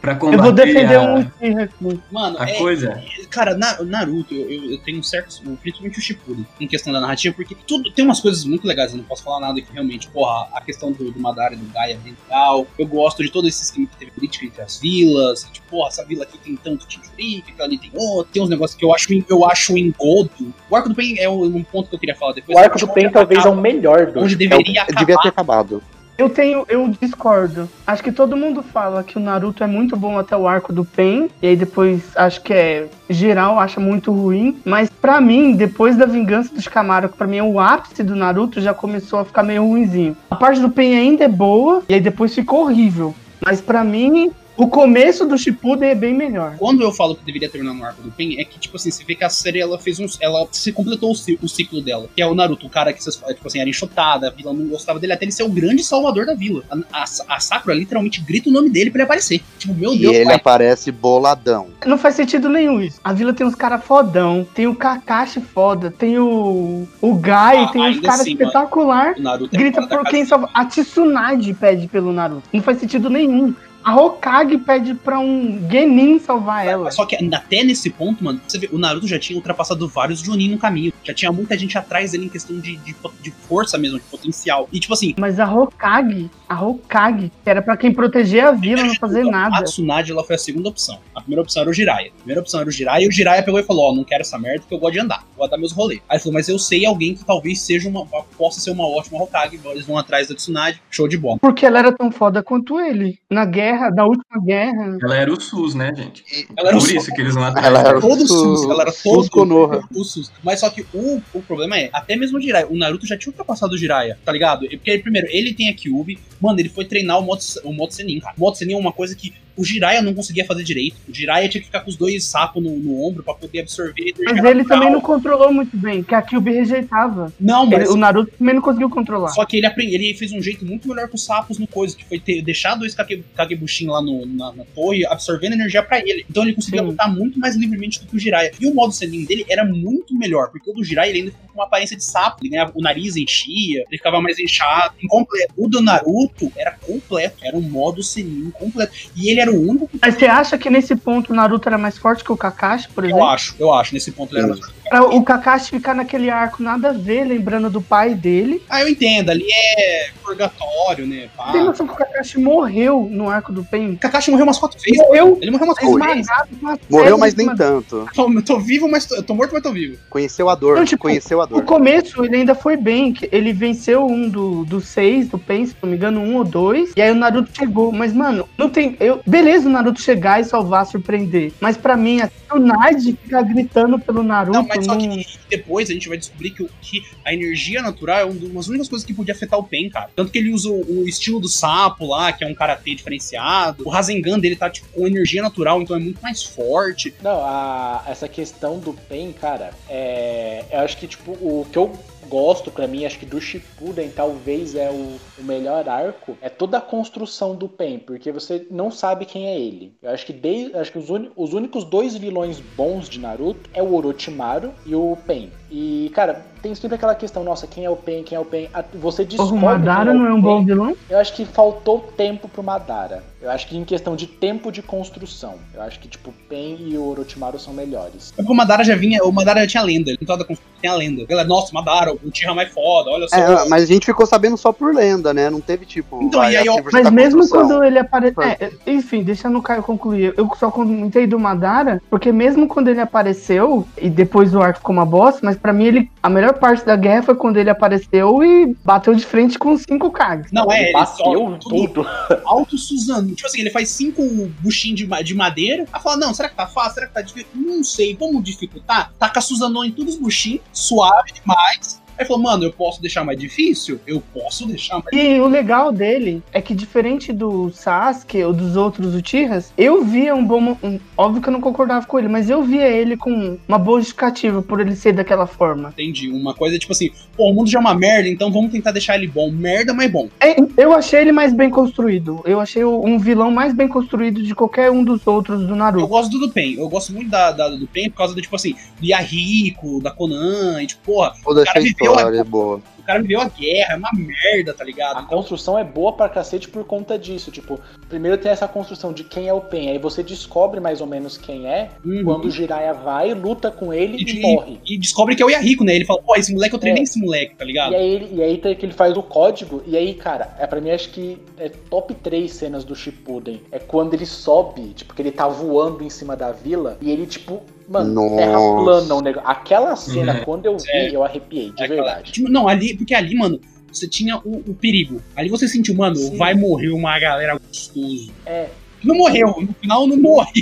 S6: pra combater
S5: Eu vou defender
S6: a,
S5: um Uchiha aqui.
S3: mano,
S6: a
S3: é,
S6: coisa?
S3: Cara, na, Naruto, eu, eu, eu tenho um certo. Principalmente o Shippuden, em questão da narrativa, porque tudo tem umas coisas muito legais, eu não posso falar nada que realmente, porra, a questão do, do Madara e do Gaia é bem legal. Eu gosto de todo esse esquema que teve crítica entre as vilas, tipo, porra, essa vila aqui tem tanto Tinjurik, aquela ali tem outro. Tem uns negócios que eu acho, eu acho engodo. O Arco do Pen é um, um ponto que eu queria falar depois. Tipo,
S2: O arco do Pen talvez é o melhor do
S3: Onde
S4: É o-
S3: deveria acabar.
S4: devia ter acabado.
S5: Eu tenho, eu discordo. Acho que todo mundo fala que o Naruto é muito bom até o arco do Pen, e aí depois acho que é geral acha muito ruim, mas pra mim, depois da vingança dos Shikamaru, que pra mim é o ápice do Naruto, já começou a ficar meio ruinzinho. A parte do Pen ainda é boa, e aí depois ficou horrível. Mas pra mim, o começo do Shippuden é bem melhor.
S3: Quando eu falo que deveria terminar no arco do Pen, é que, tipo assim, você vê que a série ela fez um. Ela se completou o ci- o ciclo dela. Que é o Naruto, o cara que vocês falam, tipo assim, era enxotada, a vila não gostava dele, até ele ser o grande salvador da vila. A, a- a Sakura literalmente grita o nome dele pra ele aparecer. Tipo, meu
S4: E
S3: Deus,
S4: ele
S3: pai.
S4: aparece boladão.
S5: Não faz sentido nenhum isso. A vila tem uns caras fodão, tem o Kakashi foda, tem o, o Gai,
S3: Ah,
S5: tem uns
S3: ainda
S5: caras
S3: assim, mano.
S5: espetacular.
S3: O Naruto é
S5: Grita
S3: fora da
S5: por
S3: casa.
S5: quem salva. A Tsunade pede pelo Naruto. Não faz sentido nenhum. A Hokage pede pra um Genin salvar ela.
S3: Só que até nesse ponto, mano, você vê, o Naruto já tinha ultrapassado vários Jonin no caminho. Já tinha muita gente atrás dele em questão de, de, po- de força mesmo, de potencial. E tipo assim,
S5: Mas a Hokage, a Hokage, que era pra quem proteger a vila, não fazer
S3: Então, A
S5: nada.
S3: Tsunade ela foi a segunda opção. A primeira opção era o Jiraiya. A primeira opção era o Jiraiya e o Jiraiya pegou e falou: Ó, não quero essa merda porque eu gosto de andar, vou dar meus rolês. Aí ele falou: Mas eu sei alguém que talvez seja uma, possa ser uma ótima Hokage. Eles vão atrás da Tsunade, show de bola.
S5: Porque ela era tão foda quanto ele. Na guerra, da última guerra.
S6: Ela era o SUS, né, gente?
S3: Ela era o
S6: Por
S3: SUS.
S6: isso que eles vão atrás.
S4: Ela era
S3: Todo SUS, ela era todo
S4: Konoha.
S3: o SUS. Mas só que o, o problema é, até mesmo o Jiraiya, o Naruto já tinha ultrapassado o Jiraiya, tá ligado? Porque primeiro, ele tem a Kyuubi, mano, ele foi treinar o Moto, o Moto Senin, cara. O Moto Senin é uma coisa que o O Jiraiya não conseguia fazer direito. O Jiraiya tinha que ficar com os dois sapos no, no ombro pra poder absorver. e
S5: Mas
S3: carregar
S5: ele
S3: o
S5: também
S3: carro.
S5: não controlou muito bem, que a Kyubi rejeitava.
S3: Não,
S5: Ele-
S3: mas
S5: o Naruto também não conseguiu controlar.
S3: Só que ele, apre- ele fez um jeito muito melhor com os sapos no coisa, que foi ter, deixar dois Kage- Kagebushin lá no, na, na torre, absorvendo energia pra ele. Então ele conseguia
S5: Sim.
S3: lutar muito mais livremente do que o Jiraiya. E o modo Senin dele era muito melhor, porque o do Jiraiya ele ainda ficou com uma aparência de sapo, ele ganhava, o nariz enchia, ele ficava mais inchado, incompleto. O do Naruto era completo, era um modo Senin completo. E ele era o único que
S5: Mas você acha que nesse ponto o Naruto era mais forte que o Kakashi, por
S3: eu
S5: exemplo?
S3: acho, eu acho, nesse ponto ele era mais
S5: Pra o Kakashi ficar naquele arco nada a ver, lembrando do pai dele.
S3: Ah, eu entendo, ali é purgatório, né? pá.
S5: Tem noção que o Kakashi morreu no arco do Pain?
S3: Kakashi morreu umas quatro vezes.
S5: Morreu
S3: Ele morreu umas quatro vezes.
S5: esmagado com a
S4: Morreu,
S5: pedra
S4: mas
S5: em
S4: nem
S5: cima
S4: tanto.
S3: Tô, tô vivo, mas tô, eu tô morto, mas tô vivo.
S4: Conheceu a dor.
S5: Não, tipo,
S4: conheceu a dor.
S5: No começo ele ainda foi bem, que ele venceu um do- dos seis, do Pen, se não me engano, um ou dois, e aí o Naruto chegou. Mas, mano, não tem. Eu, beleza o Naruto chegar e salvar, surpreender. Mas pra mim, até o Nadi ficar gritando pelo Naruto.
S3: Não, mas só que
S5: não-
S3: depois a gente vai descobrir que, o- que a energia natural é uma das únicas coisas que podia afetar o Pen, cara. Tanto que ele usa o, o estilo do sapo lá, que é um karatê diferenciado. O Rasengan dele tá, tipo, com energia natural, então é muito mais forte.
S2: Não, a- essa questão do PEN, cara, é, eu acho que, tipo, o que eu gosto pra mim, acho que do Shippuden talvez é o, o melhor arco, é toda a construção do PEN, porque você não sabe quem é ele. Eu acho que, dei- acho que os, uni- os únicos dois vilões bons de Naruto é o Orochimaru e o PEN. E, cara, tem sempre aquela questão, nossa, quem é o PEN, quem é o PEN? A- Você
S5: Porra,
S2: descobre
S5: o
S2: quem
S5: Madara não é
S3: né?
S2: Pain.
S5: um bom vilão?
S2: Eu acho que faltou tempo pro Madara. Eu acho que em questão de tempo de construção. Eu acho que, tipo, Pen e o Orochimaru são melhores.
S3: É porque o Madara já vinha, o Madara já tinha lenda, ele não tava com tem a lenda. Ela, nossa, Madara, o Tira mais foda, olha só.
S4: É, mas a gente ficou sabendo só por lenda, né? Não teve tipo.
S3: Então, e aí, ó,
S4: assim,
S5: Mas
S4: da
S5: mesmo
S4: construção.
S5: quando ele aparece.
S4: Foi.
S5: enfim, deixando o Caio concluir. Eu só comentei do Madara, porque mesmo quando ele apareceu, e depois o arco ficou uma bosta, mas pra mim ele, a melhor parte da guerra foi quando ele apareceu e bateu de frente com os cinco Kages.
S3: Não, é,
S2: Ele
S3: ele
S2: bateu
S3: sobe tudo
S2: tudo.
S3: alto Suzano. Tipo assim, ele faz cinco buchinhos de, ma- de madeira. Aí fala, não, será que tá fácil? Será que tá difícil? Não sei, vamos dificultar? Taca Suzano em todos os buchinhos, suave demais. Aí falou, mano, eu posso deixar mais difícil? Eu posso deixar mais
S5: E o legal dele é que, diferente do Sasuke ou dos outros Uchihas, eu via um bom. um- óbvio que eu não concordava com ele, mas eu via ele com uma boa justificativa por ele ser daquela forma.
S3: Entendi. Uma coisa é tipo assim, pô, o mundo já é uma merda, então vamos tentar deixar ele bom. Merda, mas bom.
S5: É, Eu achei ele mais bem construído. Eu achei o- um vilão mais bem construído de qualquer um dos outros do
S3: Eu
S5: Naruto.
S3: gosto do do Pen. Eu gosto muito da, da- do Pen por causa do, tipo assim, do Yahiko, da Conan, e tipo, porra,
S4: Vou deixar
S3: cara
S4: a
S3: viveu a-
S4: história boa.
S3: o cara viveu a guerra, é uma merda, tá
S2: A
S3: ligado?
S2: construção é boa pra cacete por conta disso. Tipo, primeiro tem essa construção de quem é o Pen. Aí você descobre mais ou menos quem é
S3: Uhum.
S2: quando o Jiraiya vai, luta com ele
S3: E,
S2: e,
S3: e-
S2: morre.
S3: e descobre que é o Yahiko, né? Ele fala, pô, esse moleque, eu treinei
S2: É.
S3: esse moleque, tá ligado?
S2: E aí, ele- e aí tem que ele faz o código, e aí, cara, é pra mim acho que é top 3 cenas do Shippuden. É quando ele sobe, tipo, que ele tá voando em cima da vila, e ele, tipo, mano,
S4: Nossa.
S2: terra plana o negócio. Aquela cena,
S6: Uhum.
S2: quando eu vi,
S3: Sério.
S2: eu arrepiei, de
S3: É. Aquela-
S2: verdade.
S3: Tipo, não, ali, porque ali, mano, você tinha o, o perigo. Ali você sentiu, mano,
S2: Sim.
S3: vai morrer uma galera gostoso.
S2: É,
S3: Não morreu, no final não morreu.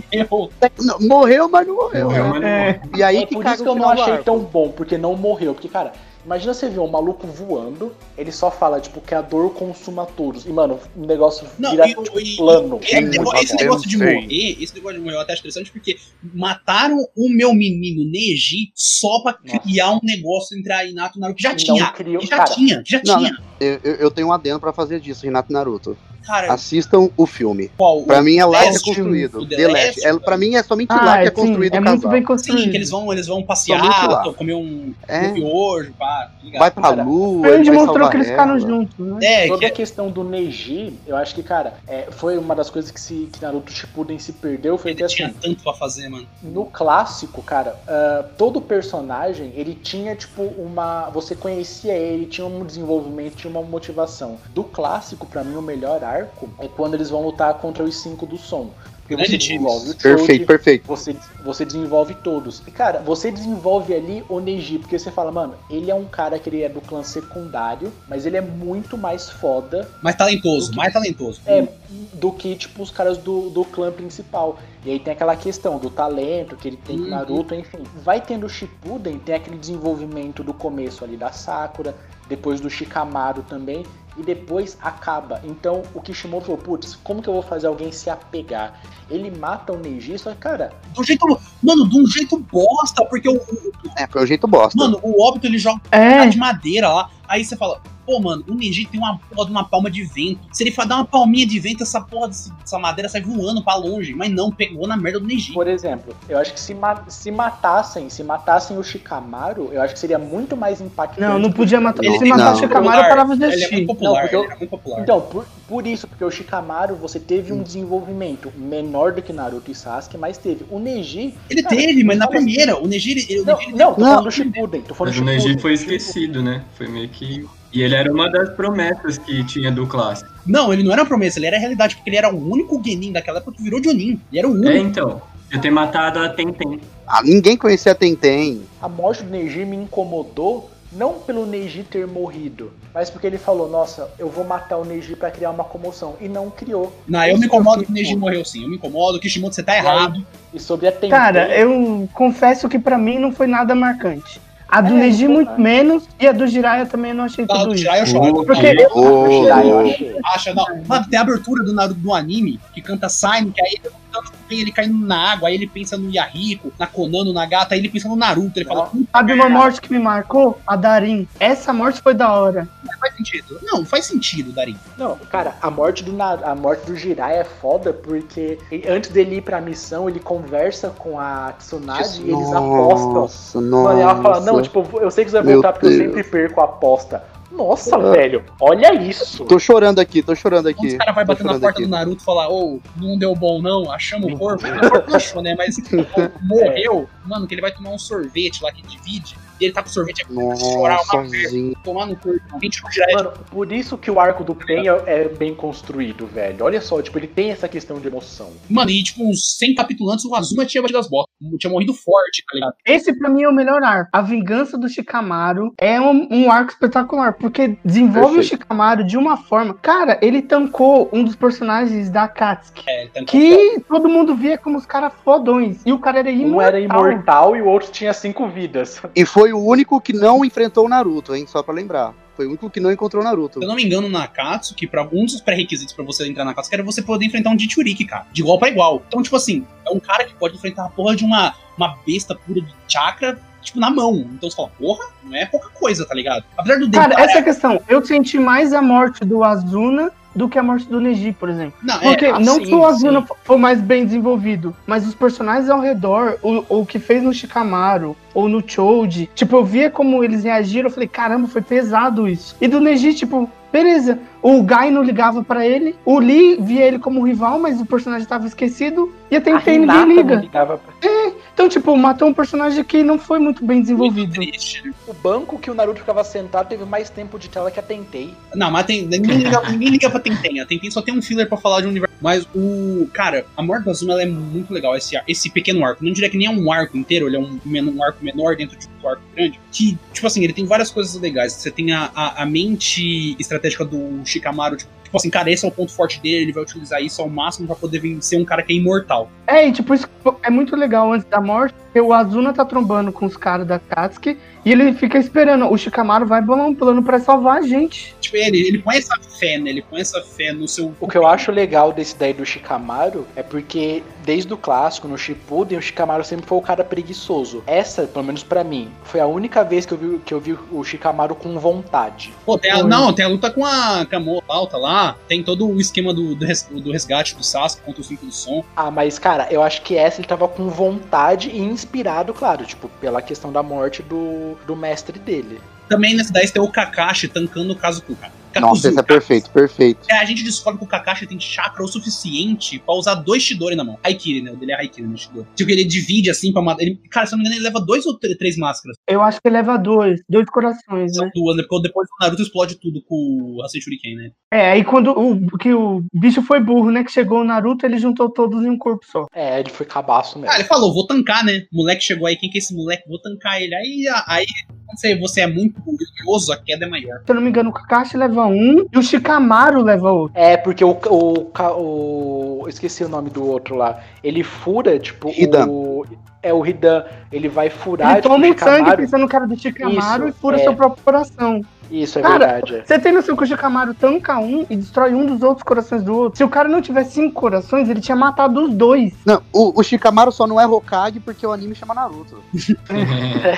S4: Não, morreu, mas não morreu.
S6: Morreu, mas não morreu.
S4: E aí
S2: é
S4: que
S2: por
S4: caga
S2: isso
S4: o
S2: que eu não
S4: final do
S2: achei
S4: arco.
S2: tão bom, porque não morreu. Porque, cara, imagina você ver um maluco voando, ele só fala, tipo, que a dor consuma todos. E, mano, o negócio
S3: Não,
S2: vira
S3: e-
S2: tipo,
S3: e-
S2: plano.
S3: É,
S2: Muito
S3: nego-
S2: bom.
S3: esse negócio de
S4: Eu sei.
S3: morrer, esse negócio de morrer eu até acho interessante porque mataram o meu menino Neji só pra
S2: Nossa.
S3: criar um negócio entre a Inato e o Naruto que já
S2: Não
S3: tinha.
S2: criou-
S3: que já
S2: cara,
S3: tinha, que já
S4: Não,
S3: tinha.
S4: Eu, eu- eu tenho um adendo pra fazer disso, Renato e Naruto.
S3: Cara,
S4: Assistam o filme.
S3: qual?
S4: Pra mim é lá que é
S3: Last,
S4: construído.
S3: o
S4: The Last. É,
S3: cara.
S4: pra mim é somente
S5: Ah,
S4: lá que é
S5: sim,
S4: construído
S5: é
S4: o
S5: muito
S4: casal.
S5: bem construído.
S3: Sim, que eles vão, eles vão
S4: Somente lá.
S3: passear, comer um
S4: É.
S3: um miojo, pá, tá ligado?
S4: Vai pra
S2: Cara,
S4: lua.
S5: Foi onde
S4: vai
S5: mostrou
S4: salvar
S5: que eles ficaram
S4: ela.
S5: juntos, né?
S3: É, que
S2: Sobre a questão do Neji, eu acho que, cara, é, foi uma das coisas que, se, que Naruto Shippuden se perdeu, foi que
S3: ele
S2: assim,
S3: tinha tanto pra fazer, mano.
S2: no clássico, cara, ah, todo personagem, ele tinha, tipo, uma... Você conhecia ele, tinha um desenvolvimento, tinha uma motivação. Do clássico, pra mim, o melhor arco é quando eles vão lutar contra os cinco do som. Porque
S3: Grande
S2: você
S3: time.
S2: desenvolve o Choji,
S4: Perfeito, perfeito.
S2: você, você desenvolve todos. E, cara, você desenvolve ali o Neji, porque você fala, mano, ele é um cara que ele é do clã secundário, mas ele é muito mais foda
S3: Mais talentoso,
S2: O que-
S3: mais talentoso.
S2: é, do que, tipo, os caras do, do clã principal. E aí tem aquela questão do talento que ele tem com o
S3: Uhum.
S2: Naruto, enfim. Vai tendo o Shippuden, tem aquele desenvolvimento do começo ali da Sakura, depois do Shikamaru também. e depois acaba. Então o Kishimoto falou, putz, como que eu vou fazer alguém se apegar? Ele mata o Neji, só que, cara,
S3: Do jeito. Mano, de um jeito bosta, porque o. o-
S4: É, foi o jeito bosta.
S3: Mano, o óbito ele joga cara
S5: É,
S3: de madeira lá. Aí você fala, pô, mano, o Neji tem uma porra de uma palma de vento. Se ele fa- dar uma palminha de vento, essa porra desse- dessa madeira sai voando pra longe. Mas não, pegou na merda do Neji.
S2: por exemplo, eu acho que se, ma- se matassem, se matassem o Shikamaru, eu acho que seria muito mais impactante.
S5: não, não podia matar.
S4: Ele-
S5: Se matasse
S4: não.
S5: o Shikamaru, eu parava de
S3: Ele é
S5: assistir.
S3: muito popular,
S2: Não, porque eu-
S3: ele era muito popular.
S2: Então, por, por isso, porque o Shikamaru, você teve um desenvolvimento menor do que Naruto e Sasuke, mas teve. O Neji.
S3: ele
S2: cara,
S3: teve, mas na
S2: cara,
S3: primeira, o Neji, ele, ele-
S2: Não,
S3: ele-
S2: não, tô
S4: Não.
S2: falando do Shippuden. Tô falando do
S6: Mas o Neji
S2: Shippuden.
S6: foi esquecido, né? Foi meio que. E ele era uma das promessas que tinha do clássico.
S3: não, ele não era uma promessa, ele era a realidade, porque ele era o único Genin daquela época que virou Jonin. Ele era o único.
S6: É, então. Eu ter matado a [laughs] Tenten.
S4: Ah, ninguém conhecia Tentem.
S2: A morte do Neji me incomodou. Não pelo Neji ter morrido, mas porque ele falou: Nossa, eu vou matar o Neji pra criar uma comoção. E não criou.
S3: Não, eu
S2: Isso
S3: me incomodo que o
S2: eu
S3: Neji
S2: fico.
S3: morreu sim, eu me incomodo, Kishimoto, você tá errado.
S2: E sobre a Tenten.
S5: Cara, é eu confesso que pra mim não foi nada marcante. A do
S2: É,
S5: Neji
S2: não foi
S5: muito
S2: nada.
S5: menos, e a do Jiraiya também eu não achei
S3: Tá,
S5: tudo
S3: do
S5: isso.
S3: Jirai eu choro.
S5: Porque eu,
S4: Ô,
S2: Jirai, eu achei.
S3: Acha, não. Mano, tem a abertura do Naruto do anime, que canta Simon, que aí ele cantando com quem ele caindo na água, aí ele pensa no Yahiko, na Konan, no Nagata, aí ele pensa no Naruto, ele fala, não
S5: sabe uma morte que me marcou? A Darin. Essa morte foi da hora.
S3: faz sentido. Não, faz sentido, Darin.
S2: Não, cara, a morte do Nar- a morte do Jiraiya é foda porque e- antes dele ir pra missão, ele conversa com a Tsunade e eles apostam.
S4: Nossa,
S2: Mano,
S4: nossa.
S2: e ela fala: "Não, tipo, eu sei que você vai
S4: Meu
S2: voltar porque eu
S4: Deus.
S2: sempre perco a aposta". Nossa,
S4: Ah.
S2: velho. Olha isso.
S4: Tô chorando aqui, tô chorando
S3: Quando
S4: aqui.
S3: os caras vão
S4: tô
S3: bater na
S4: chorando
S3: porta
S4: aqui.
S3: do Naruto e falar, ô, não deu bom não, achamos o corpo. O corpo não achou, né? Mas ó, morreu, mano, que ele vai tomar um sorvete lá que divide, e ele tá com sorvete aqui, vai chorar
S4: Nossa,
S3: uma merda,
S4: sozinho.
S3: tomar no corpo. Gente, o Jiraiya
S2: Mano, por isso que o arco do Pen é, é bem construído, velho. Olha só, tipo, ele tem essa questão de emoção.
S3: Mano, e tipo, uns 100 capítulos antes, o Azuma tinha batido as botas. Tinha morrido forte, tá ligado?
S5: Esse pra mim é o melhor arco. A Vingança do Shikamaru é um, um arco espetacular, porque desenvolve o
S4: Perfeito.
S5: Shikamaru de uma forma. Cara, ele tancou um dos personagens da Katsuki.
S3: É, ele tá
S5: Que todo mundo via como os caras fodões. E o cara era imortal.
S2: Um era imortal e o outro tinha cinco vidas.
S4: E foi o único que não enfrentou o Naruto, hein? Só pra lembrar. Foi o único que não encontrou o Naruto.
S3: Se eu não me engano, na Katsu, que pra um dos pré-requisitos pra você entrar na Katsu era você poder enfrentar um Jichuriki, cara. De igual pra igual. Então, tipo assim, é um cara que pode enfrentar a porra de uma, uma besta pura de chakra, tipo, na mão. Então você fala, porra, não é pouca coisa, tá ligado? Apesar do
S5: Cara,
S3: Dengar-
S5: essa é a questão. Eu senti mais a morte do Azuna do que a morte do Neji, por exemplo.
S3: Não, é,
S5: Porque
S3: ah,
S5: não
S3: sim,
S5: que o Azuna
S3: sim.
S5: foi mais bem desenvolvido, mas os personagens ao redor, o, o que fez no Shikamaru ou no Choji, tipo, eu via como eles reagiram, eu falei, caramba, foi pesado isso. E do Neji, tipo, beleza, o Gai não ligava pra ele, o Lee via ele como rival, mas o personagem tava esquecido, e até
S2: A
S5: então
S2: Hinata
S5: ninguém
S2: não
S5: liga.
S2: ligava pra
S5: Então, tipo, matou um personagem que não foi muito bem
S3: Muito
S5: desenvolvido.
S3: triste. né?
S2: O banco que o Naruto ficava sentado teve mais tempo de tela que a Tentei.
S3: Não, mas tem, ninguém, liga, ninguém liga pra Tenten. A Tenten só tem um filler pra falar de um universo. Mas o. Cara, a morte do Azuma ela é muito legal, esse, ar- esse pequeno arco. Não diria que nem é um arco inteiro, ele é um, men- um arco menor dentro de um arco grande. Que, tipo assim, ele tem várias coisas legais. Você tem a, a, a mente estratégica do Shikamaru, tipo, tipo assim, cara, esse é o ponto forte dele, ele vai utilizar isso ao máximo pra poder vencer um cara que é imortal.
S5: É, e tipo, isso é muito legal antes da morte, porque o Azuna tá trombando com os caras da Katsuki e ele fica esperando. O Shikamaru vai bolar um plano pra salvar a gente.
S3: Tipo, ele, ele põe essa fé, né? Ele põe essa fé no seu.
S2: O que eu acho legal desse daí do Shikamaru é porque desde o clássico, no Shippuden, o Shikamaru sempre foi o cara preguiçoso. Essa, pelo menos pra mim, foi a única vez que eu vi, que eu vi o Shikamaru com vontade.
S3: Pô, tem a,
S5: Foi.
S3: não, tem a luta com a Camo alta lá, tem todo o esquema do, do, res- do resgate do Sasuke contra o cinto do som.
S2: Ah, mas cara, eu acho que essa ele tava com vontade e inspirado, claro, tipo, pela questão da morte do, do mestre dele.
S3: Também nessa daí você tem o Kakashi tancando o Kazuku, cara. Kakuzu,
S4: Nossa, esse é
S3: cara.
S4: perfeito, perfeito.
S3: É, a gente descobre que o Kakashi tem chakra o suficiente pra usar dois Shidori na mão. Haikiri, né? O dele é Haikiri, né? Shidori. Tipo, ele divide assim pra matar. Ele, cara, se eu não me engano, ele leva dois ou tre- três máscaras.
S5: Eu acho que ele leva dois, dois corações,
S3: São
S4: Uhum.
S5: né?
S3: duas, né? Porque depois o Naruto explode tudo com o Hasei Shuriken, né?
S5: É, aí quando o, que o bicho foi burro, né? Que chegou o Naruto, ele juntou todos em um corpo só.
S2: É, ele foi cabaço
S3: Ah,
S2: mesmo.
S3: ele falou, vou tancar, né? O moleque chegou aí, quem que é esse moleque? Vou tancar ele. Aí, a- aí quando você, você é muito orgulhoso, a queda é maior.
S5: Se eu não me engano, o Kakashi leva um e o Shikamaru leva outro.
S2: É, porque o, o, ca- o- eu Esqueci o nome do outro lá. Ele fura, tipo.
S4: Hidan.
S2: O, É, o Hidan, ele vai furar. tipo,
S5: Ele toma o sangue
S2: Shikamaru.
S5: pensando no cara do Chicamaro
S2: Isso,
S5: e fura
S2: é.
S5: seu próprio coração.
S2: Isso, é
S5: Cara,
S2: verdade. é.
S5: Você tem noção que o Chicamaro tanca um e destrói um dos outros corações do outro? Se o cara não tivesse cinco corações, ele tinha matado os dois.
S4: Não, o, o Shikamaru só não é Hokage porque o anime chama Naruto.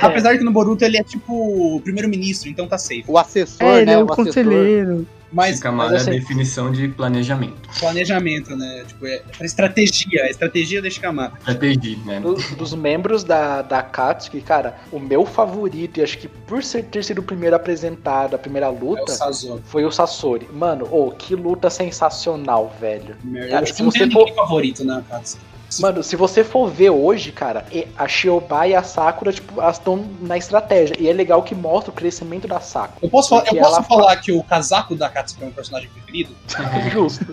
S3: Apesar que no Boruto ele é tipo o primeiro-ministro, então tá safe.
S4: O assessor,
S5: É, ele
S4: né?
S5: é o
S4: assessor.
S5: conselheiro.
S3: Mas, mas
S6: Shikamaru é a
S3: assim,
S6: definição de planejamento.
S3: planejamento, né? Tipo, é pra estratégia, a estratégia da Shikamaru.
S6: Estratégia, né?
S2: Do- dos membros da, da Katsuki, cara, o meu favorito, e acho que por ser, ter sido o primeiro apresentado, a primeira
S3: É o
S2: luta,
S3: Sazori.
S2: foi o Sasori. Mano, ô, que luta sensacional, velho.
S3: Merda.
S2: Cara,
S3: Acho que
S2: se
S3: não
S2: você
S3: tem
S2: for-
S3: ninguém favorito né, na Katsu.
S2: Mano, se você for ver hoje, cara, e- a Shioba e a Sakura, tipo, elas estão na estratégia. E é legal que mostra o crescimento da Sakura.
S3: Eu posso, falar, eu
S2: Porque
S3: posso
S2: ela-
S3: falar que o casaco da Katsu é um personagem preferido?
S2: Justo.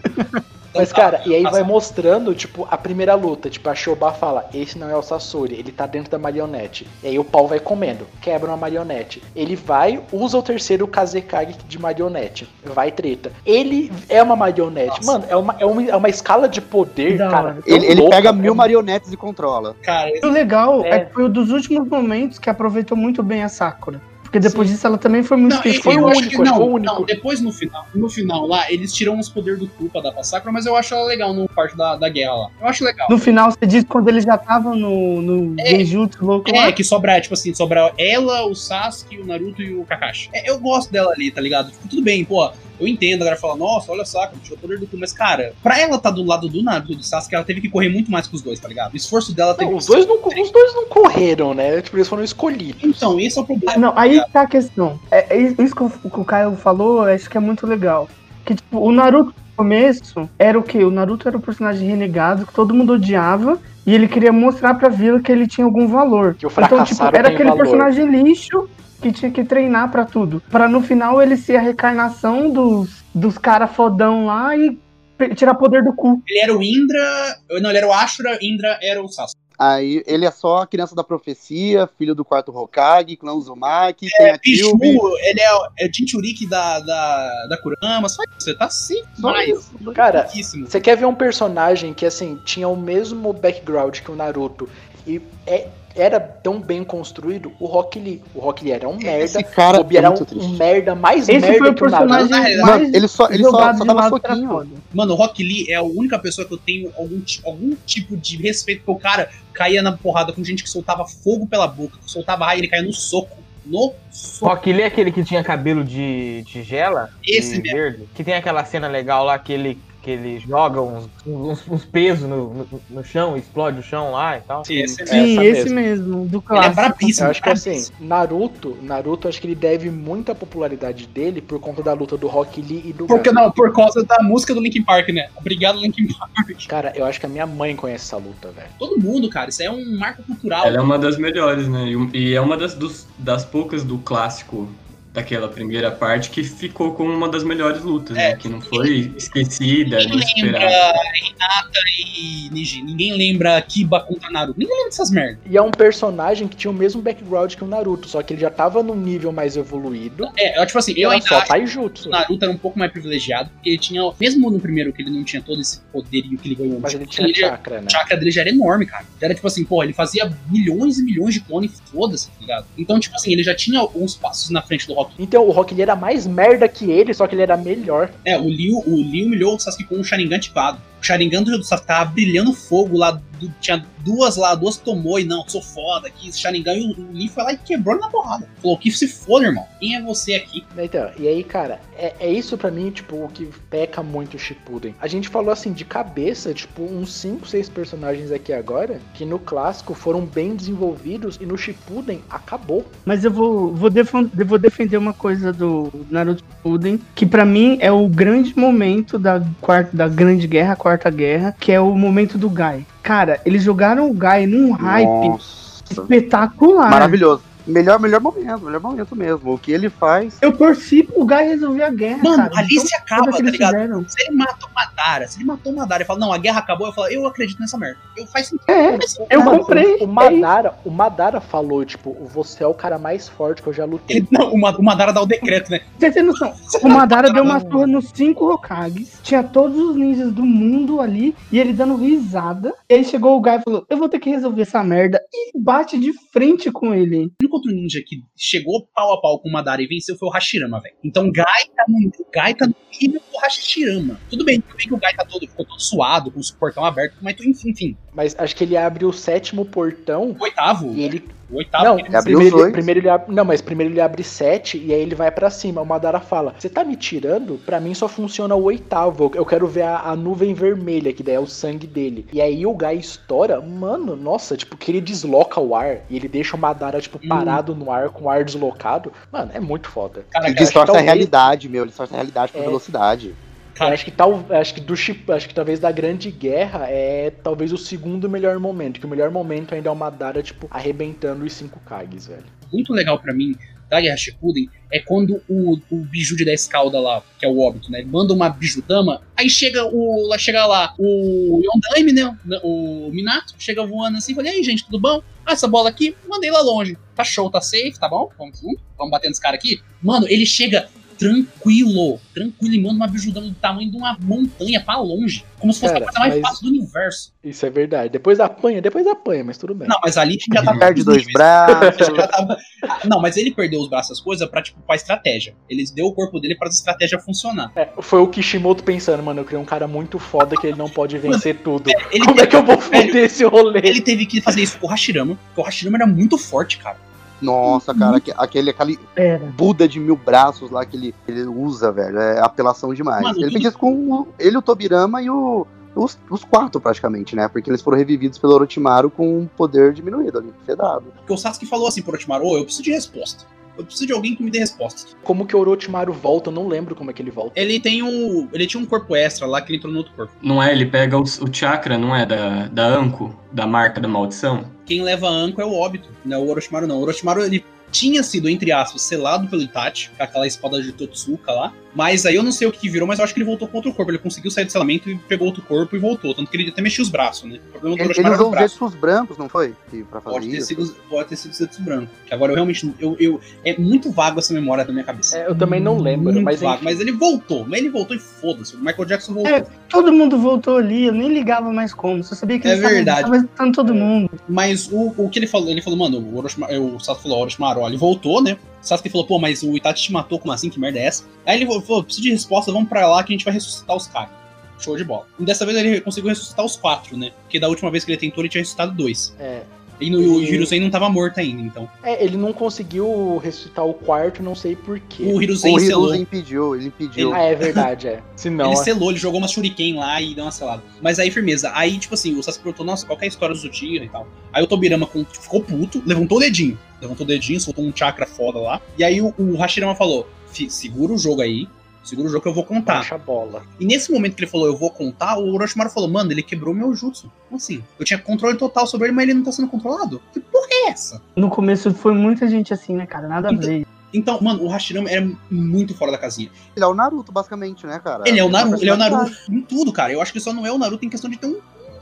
S3: Então
S2: Mas,
S3: tá,
S2: cara, e aí
S3: tá
S2: vai mostrando, tipo, a primeira luta. Tipo, a Shoba fala, esse não é o Sasori, ele tá dentro da marionete. E aí o pau vai comendo, quebra uma marionete. Ele vai, usa o terceiro Kazekage de marionete. Vai treta. Ele é uma marionete.
S3: Nossa.
S2: Mano, é uma, é, uma, é uma escala de poder,
S5: Da
S2: cara.
S5: hora.
S2: tão
S4: Ele, ele
S2: louca, é
S4: pega
S2: cara.
S4: mil marionetes e controla.
S3: Cara,
S5: E o legal
S2: É.
S5: é. que foi um dos últimos momentos que aproveitou muito bem a Sakura. Porque depois disso ela também foi muito
S3: Não, e-
S5: especial.
S2: foi
S3: eu
S2: o
S3: acho que
S2: único, acho que
S3: não,
S2: foi o único.
S3: não, depois no final, no final lá, eles tiram os poderes do cu pra dar pra Sakura, mas eu acho ela legal no parte da, da guerra lá. Eu acho legal.
S5: No final, você diz quando eles já estavam no, no Genjutsu louco lá.
S3: É, que sobra, tipo assim, sobra ela, o Sasuke, o Naruto e o Kakashi. É, eu gosto dela ali, tá ligado? Tipo, tudo bem, pô, eu entendo, a galera fala, nossa, olha a Sakura, tirou o poder do cu, mas cara, pra ela tá do lado do Naruto e do Sasuke, ela teve que correr muito mais que os dois, tá ligado? O esforço dela teve
S2: Não,
S3: que
S2: os, dois não, os dois não correram, né? Tipo, eles foram escolhidos.
S3: Então, esse é o
S5: Ah,
S3: problema.
S5: Não, aí tá a questão. É, é isso que o, que o Caio falou, eu acho que é muito legal. Que, tipo, o Naruto no começo era o quê? O Naruto era o personagem renegado que todo mundo odiava e ele queria mostrar pra vila que ele tinha algum valor.
S2: Que o
S5: Então, tipo,
S2: fracassado
S5: era
S2: tem
S5: aquele
S2: valor.
S5: personagem lixo que tinha que treinar pra tudo. Pra no final ele ser a reencarnação dos, dos caras fodão lá e pe- tirar poder do cu.
S3: Ele era o Indra, não, ele era o Ashura, Indra era o Sasuke.
S4: Aí ele é só a criança da profecia, filho do quarto Hokage, clã Uzumaki, tem a
S3: Biju,
S4: Kyuubi.
S3: ele é, o- é o Jinchuriki da, da, da Kurama, só isso, ele tá assim,
S4: Só
S3: mais.
S2: Cara,
S3: pouquíssimo.
S2: Você quer ver um personagem que, assim, tinha o mesmo background que o Naruto e é- era tão bem construído? O Rock Lee. O Rock Lee era um merda.
S4: Esse cara
S2: o Bia
S4: é
S2: era
S4: muito
S2: um, um
S4: triste.
S2: merda mais
S5: Esse
S2: merda
S5: foi o
S2: que o Naruto.
S5: personagem
S3: Na realidade,
S5: mais
S4: Mano, ele só, ele só,
S5: jogado
S4: só
S5: de
S4: dava
S5: lado pra
S4: soquinho.
S5: foda.
S3: Mano, o Rock Lee é a única pessoa que eu tenho algum, ti- algum tipo de respeito, porque o cara caía na porrada com gente que soltava fogo pela boca, que soltava raio, ele caía no soco. No soco.
S1: Rock Lee é aquele que tinha cabelo de tigela?
S3: Esse
S1: de
S3: mesmo.
S1: verde. Que tem aquela cena legal lá que ele, que ele joga uns, uns, uns pesos no, no, no chão, explode o chão lá e tal.
S3: Esse É mesmo.
S5: Sim, é.
S2: Essa
S5: esse mesmo,
S3: Ele
S5: do
S3: é
S5: clássico.
S3: brabíssimo.
S2: Eu acho que
S3: brabíssimo.
S2: assim, Naruto, Naruto, acho que ele deve muita popularidade dele por conta da luta do Rock Lee e do
S3: Porque
S2: Gon.
S3: não, por causa da música do Linkin Park, né? Obrigado, Linkin Park.
S2: Cara, eu acho que a minha mãe conhece essa luta, velho.
S3: Todo mundo, cara, isso aí é um marco cultural.
S6: Ela é uma das melhores, né? E- E é uma das, dos- das poucas do clássico daquela primeira parte que ficou como uma das melhores lutas, né? Que não foi esquecida, não
S3: Ninguém É. lembra
S6: esperada.
S3: Renata e Niji. Ninguém lembra Kiba contra Naruto. Ninguém lembra dessas merdas.
S2: E é um personagem que tinha o mesmo background que o Naruto, só que ele já tava num nível mais evoluído.
S3: É, eu, tipo assim, eu
S2: Eu era
S3: ainda
S2: só tá
S3: acho
S2: Taijutsu.
S3: que o Naruto era um pouco mais privilegiado, porque ele tinha, mesmo no primeiro que ele não tinha todo esse poderio que ele ganhou,
S2: Mas
S3: tipo,
S2: ele tinha
S3: já-
S2: chakra, né?
S3: O chakra dele já era enorme, cara. Já era tipo assim, pô, ele fazia milhões e milhões de clones, foda-se, tá ligado? Então, tipo assim, ele já tinha alguns passos na frente do Rock. Lee.
S2: Então, o Rock Lee era mais merda que ele, só que ele era melhor.
S3: É, o Liu, o Liu humilhou o Sasuke com um Sharingan ativado. O Sharingan do Sasuke tava brilhando fogo lá, do- tinha duas lá, duas tomou e não, sou foda aqui, esse Sharingan e o, o Liu foi lá e quebrou na porrada. Falou, que se foda, irmão. Quem é você aqui?
S2: Então, e aí, cara, é, é isso pra mim, tipo, o que peca muito o Shippuden. A gente falou, assim, de cabeça, tipo, uns 5, 6 personagens aqui agora, que no clássico foram bem desenvolvidos e no Shippuden acabou.
S5: Mas eu vou, vou, defon- eu vou defender uma coisa do Naruto Shippuden, que pra mim é o grande momento da, quarta, da Grande Guerra, a Quarta Guerra, que é o momento do Gai. Cara, eles jogaram o Gai num hype
S4: Nossa.
S5: espetacular.
S4: Maravilhoso. Melhor, melhor momento, melhor momento mesmo. O que ele faz.
S5: Eu torci pro Guy resolver a guerra,
S3: Mano,
S5: É, cara. então,
S3: ali se acaba, tá ligado?
S5: ligado?
S3: Se ele mata o Madara, se ele matou o Madara e fala, não, a guerra acabou, eu falo, eu acredito nessa merda. Eu faz sentido.
S5: É,
S3: Faz sentido.
S5: eu
S2: Mano,
S5: comprei.
S2: O, o Madara, o Madara falou, tipo, você é o cara mais forte que eu já lutei.
S3: Ele- não, o Ma- o Madara dá o decreto, né?
S5: Você tem noção? O Madara deu uma surra nos cinco Hokages, tinha todos os ninjas do mundo ali, e ele dando risada. E aí chegou o Guy e falou: Eu vou ter que resolver essa merda. E bate de frente com ele.
S3: O único outro ninja que chegou pau a pau com o Madara e venceu foi o Hashirama, velho. Então o Gai tá no, o Gai tá no nível do Hashirama. Tudo bem, tudo bem que o Gai tá todo, ficou todo suado, com o portão aberto, mas tu- enfim, enfim.
S2: Mas acho que ele abre o sétimo portão
S3: O oitavo,
S2: e ele.
S3: o oitavo,
S2: não,
S3: ele-
S4: Ele abriu
S2: primeiro,
S4: os
S2: ele,
S4: dois.
S2: primeiro ele abre, não, mas primeiro ele abre sete e aí ele vai pra cima. O Madara fala: Você tá me tirando? Pra mim só funciona o oitavo. Eu- Eu quero ver a, a nuvem vermelha, que daí é o sangue dele. E aí o Gai estoura. Mano, nossa, tipo, que ele desloca o ar e ele deixa o Madara, tipo,
S3: Hum.
S2: parado no ar com o ar deslocado. Mano, é muito foda.
S3: cara,
S4: Ele
S3: cara,
S2: distorce
S4: distorce
S2: a
S4: a
S2: talvez-
S4: realidade, meu. Ele distorce a realidade por
S2: É.
S4: velocidade.
S2: Eu
S3: cara,
S2: acho que tal, acho que do Ship- acho que talvez da Grande Guerra é talvez o segundo melhor momento, que o melhor momento ainda é o Madara tipo arrebentando os cinco Kages, velho.
S3: muito legal pra mim da Guerra Shippuden é quando o, o biju de 10 cauda lá, que é o óbito, né? Manda uma bijudama, aí chega o. Lá chega lá o Yondaime, né? O Minato, chega voando assim e fala: E aí, gente, tudo bom? Ah, essa bola aqui, mandei lá longe. Tá show, tá safe, tá bom? Vamos junto, vamos bater nesse cara aqui. Mano, ele chega tranquilo, tranquilo e manda uma bijudama do tamanho de uma montanha pra longe. Como se fosse
S2: Cara,
S3: a coisa mais
S2: mas-
S3: fácil do universo.
S2: Isso é verdade. Depois apanha, depois apanha, mas tudo bem.
S3: Não, mas ali a gente já tá
S4: Perde dois
S3: níveis.
S4: braços.
S3: Já tava- [laughs] Não, mas ele perdeu os braços, as coisas, pra, tipo, pra estratégia. Ele deu o corpo dele pra estratégia funcionar.
S2: É, foi o Kishimoto pensando, mano, eu criei um cara muito foda que ele não pode vencer tudo.
S3: Ele,
S2: [laughs] Como é que eu vou
S3: Velho,
S2: foder esse rolê?
S3: ele teve que fazer isso com o Hashirama, porque o Hashirama era muito forte, cara.
S4: Nossa, cara, aque- aquele, aquele
S5: Era.
S4: Buda de mil braços lá que ele, ele usa, velho. É apelação demais.
S3: Mano,
S4: ele
S3: tudo-
S4: fez isso com o- ele, o Tobirama e o. Os, os quatro, praticamente, né? Porque eles foram revividos pelo Orochimaru com um poder diminuído ali, fedado.
S3: Porque o Sasuke falou assim pro Orochimaru, "Ô, eu preciso de resposta. Eu preciso de alguém que me dê resposta.
S2: Como que o Orochimaru volta? Eu não lembro como é que ele volta.
S3: Ele tem um. Ele tinha um corpo extra lá que ele entrou no outro corpo.
S6: Não é? Ele pega os- o chakra, não é? Da, da Anko, da marca da maldição.
S3: Quem leva a Anko é o óbito, não é o Orochimaru, não. O Orochimaru, ele tinha sido, entre aspas, selado pelo Itachi, com aquela espada de Totsuka lá. Mas aí eu não sei o que que virou, mas eu acho que ele voltou com outro corpo. Ele conseguiu sair do selamento e pegou outro corpo e voltou. Tanto que ele até mexia os braços, né? O problema do
S4: Ele, ele
S3: Orochimaru era
S4: usou
S3: o
S4: os
S3: braço.
S4: Zetsus brancos, não foi? Que- Pra fazer
S3: Pode ter,
S4: isso.
S3: sido, pode ter sido Zetsu branco. Que agora eu realmente. não- Eu, eu, é muito vago essa memória da minha cabeça.
S2: É, eu também não lembro,
S3: muito
S2: mas
S3: vago.
S2: enfim.
S3: Mas ele voltou. Mas ele voltou e foda-se. O Michael Jackson voltou.
S5: É. Todo mundo voltou ali, eu nem ligava mais como. Só sabia que
S3: É
S5: eles tavam-
S3: verdade.
S5: tava executando todo mundo.
S3: Mas o, o que ele falou? Ele falou, mano, o, Orochima, o Sasuke falou, Orochimaru, olha, ele voltou, né? O Sasuke falou, pô, mas o Itachi te matou, como assim? Que merda é essa? Aí ele falou, preciso de resposta, vamos pra lá que a gente vai ressuscitar os caras. Show de bola. E dessa vez ele conseguiu ressuscitar os quatro, né? Porque da última vez que ele tentou, ele tinha ressuscitado dois.
S2: É,
S3: E no, o Hiruzen não tava morto ainda, então.
S2: é, ele não conseguiu ressuscitar o quarto, não sei porquê.
S3: O Hiruzen
S4: O
S3: selou.
S4: Hiruzen impediu, ele impediu.
S2: Ah, é verdade, é. Se não,
S3: ele
S2: é.
S3: selou, ele jogou uma shuriken lá e deu uma selada. Mas aí, firmeza. Aí, tipo assim, o Sasuke perguntou, nossa, qual que é a história do Zutira e tal. Aí o Tobirama com- tipo, ficou puto, levantou o dedinho. Levantou o dedinho, soltou um chakra foda lá. E aí o, o Hashirama falou, "Fi- segura o jogo aí, segura o jogo que eu vou contar.
S2: baixa a bola.
S3: E nesse momento que ele falou, eu vou contar, o Orochimaru falou, mano, ele quebrou meu jutsu. Como assim? Eu tinha controle total sobre ele, mas ele não tá sendo controlado? Que porra é essa?
S5: No começo foi muita gente assim, né, cara? Nada a ver.
S3: Então, mano, o Hashirama era muito fora da casinha.
S4: Ele é o Naruto, basicamente, né, cara?
S3: Ele é o Naruto, ele é o
S4: personalidade.
S3: Naruto em tudo, cara. Eu acho que só não é o Naruto em questão de ter um,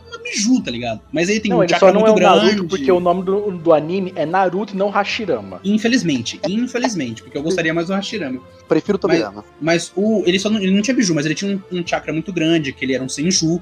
S3: uma biju, tá ligado? Mas ele tem
S2: não,
S3: um
S2: ele
S3: chakra
S2: só não é
S3: muito
S2: o
S3: grande.
S2: Naruto porque o nome do, do anime é Naruto e não Hashirama.
S3: Infelizmente, infelizmente, porque eu gostaria mais do Hashirama.
S4: Prefiro o Tobirama.
S3: Mas o ele só não, ele não tinha biju, mas ele tinha um, um chakra muito grande, que ele era um Senju,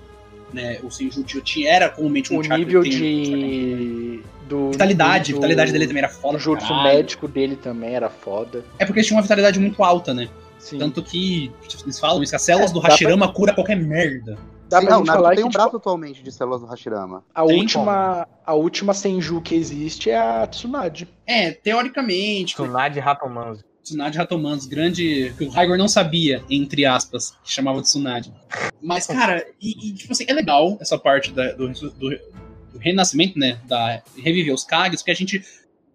S3: né? O Senju tinha- tinha, era comumente um
S2: O
S3: chakra
S2: nível
S3: que tem- um
S2: de. Do,
S3: Vitalidade, a
S2: do-
S3: vitalidade dele também era
S2: O
S3: foda. pra
S2: jutsu
S3: caralho.
S2: médico dele também era foda.
S3: É porque ele tinha uma vitalidade muito alta, né?
S2: Sim.
S3: Tanto que eles falam isso, que as células
S2: É,
S3: do
S2: dá pra-
S3: Hashirama cura qualquer merda.
S2: Dá
S4: Sim,
S2: pra
S4: não, o
S2: gente
S4: Naruto
S2: falar
S4: tem
S2: que
S4: um
S2: tipo,
S4: braço atualmente de células do Hashirama.
S2: a,
S3: Tem
S2: última, a última Senju que existe é a Tsunade.
S3: É, teoricamente, porque
S1: Tsunade Ratomanzo.
S3: Tsunade Hatomans, grande. que o Raigor não sabia, entre aspas, que chamava de Tsunade. Mas, cara, e, e, tipo assim, é legal essa parte da- do, ressu- do- do renascimento, né? Da reviver os Kages, porque a gente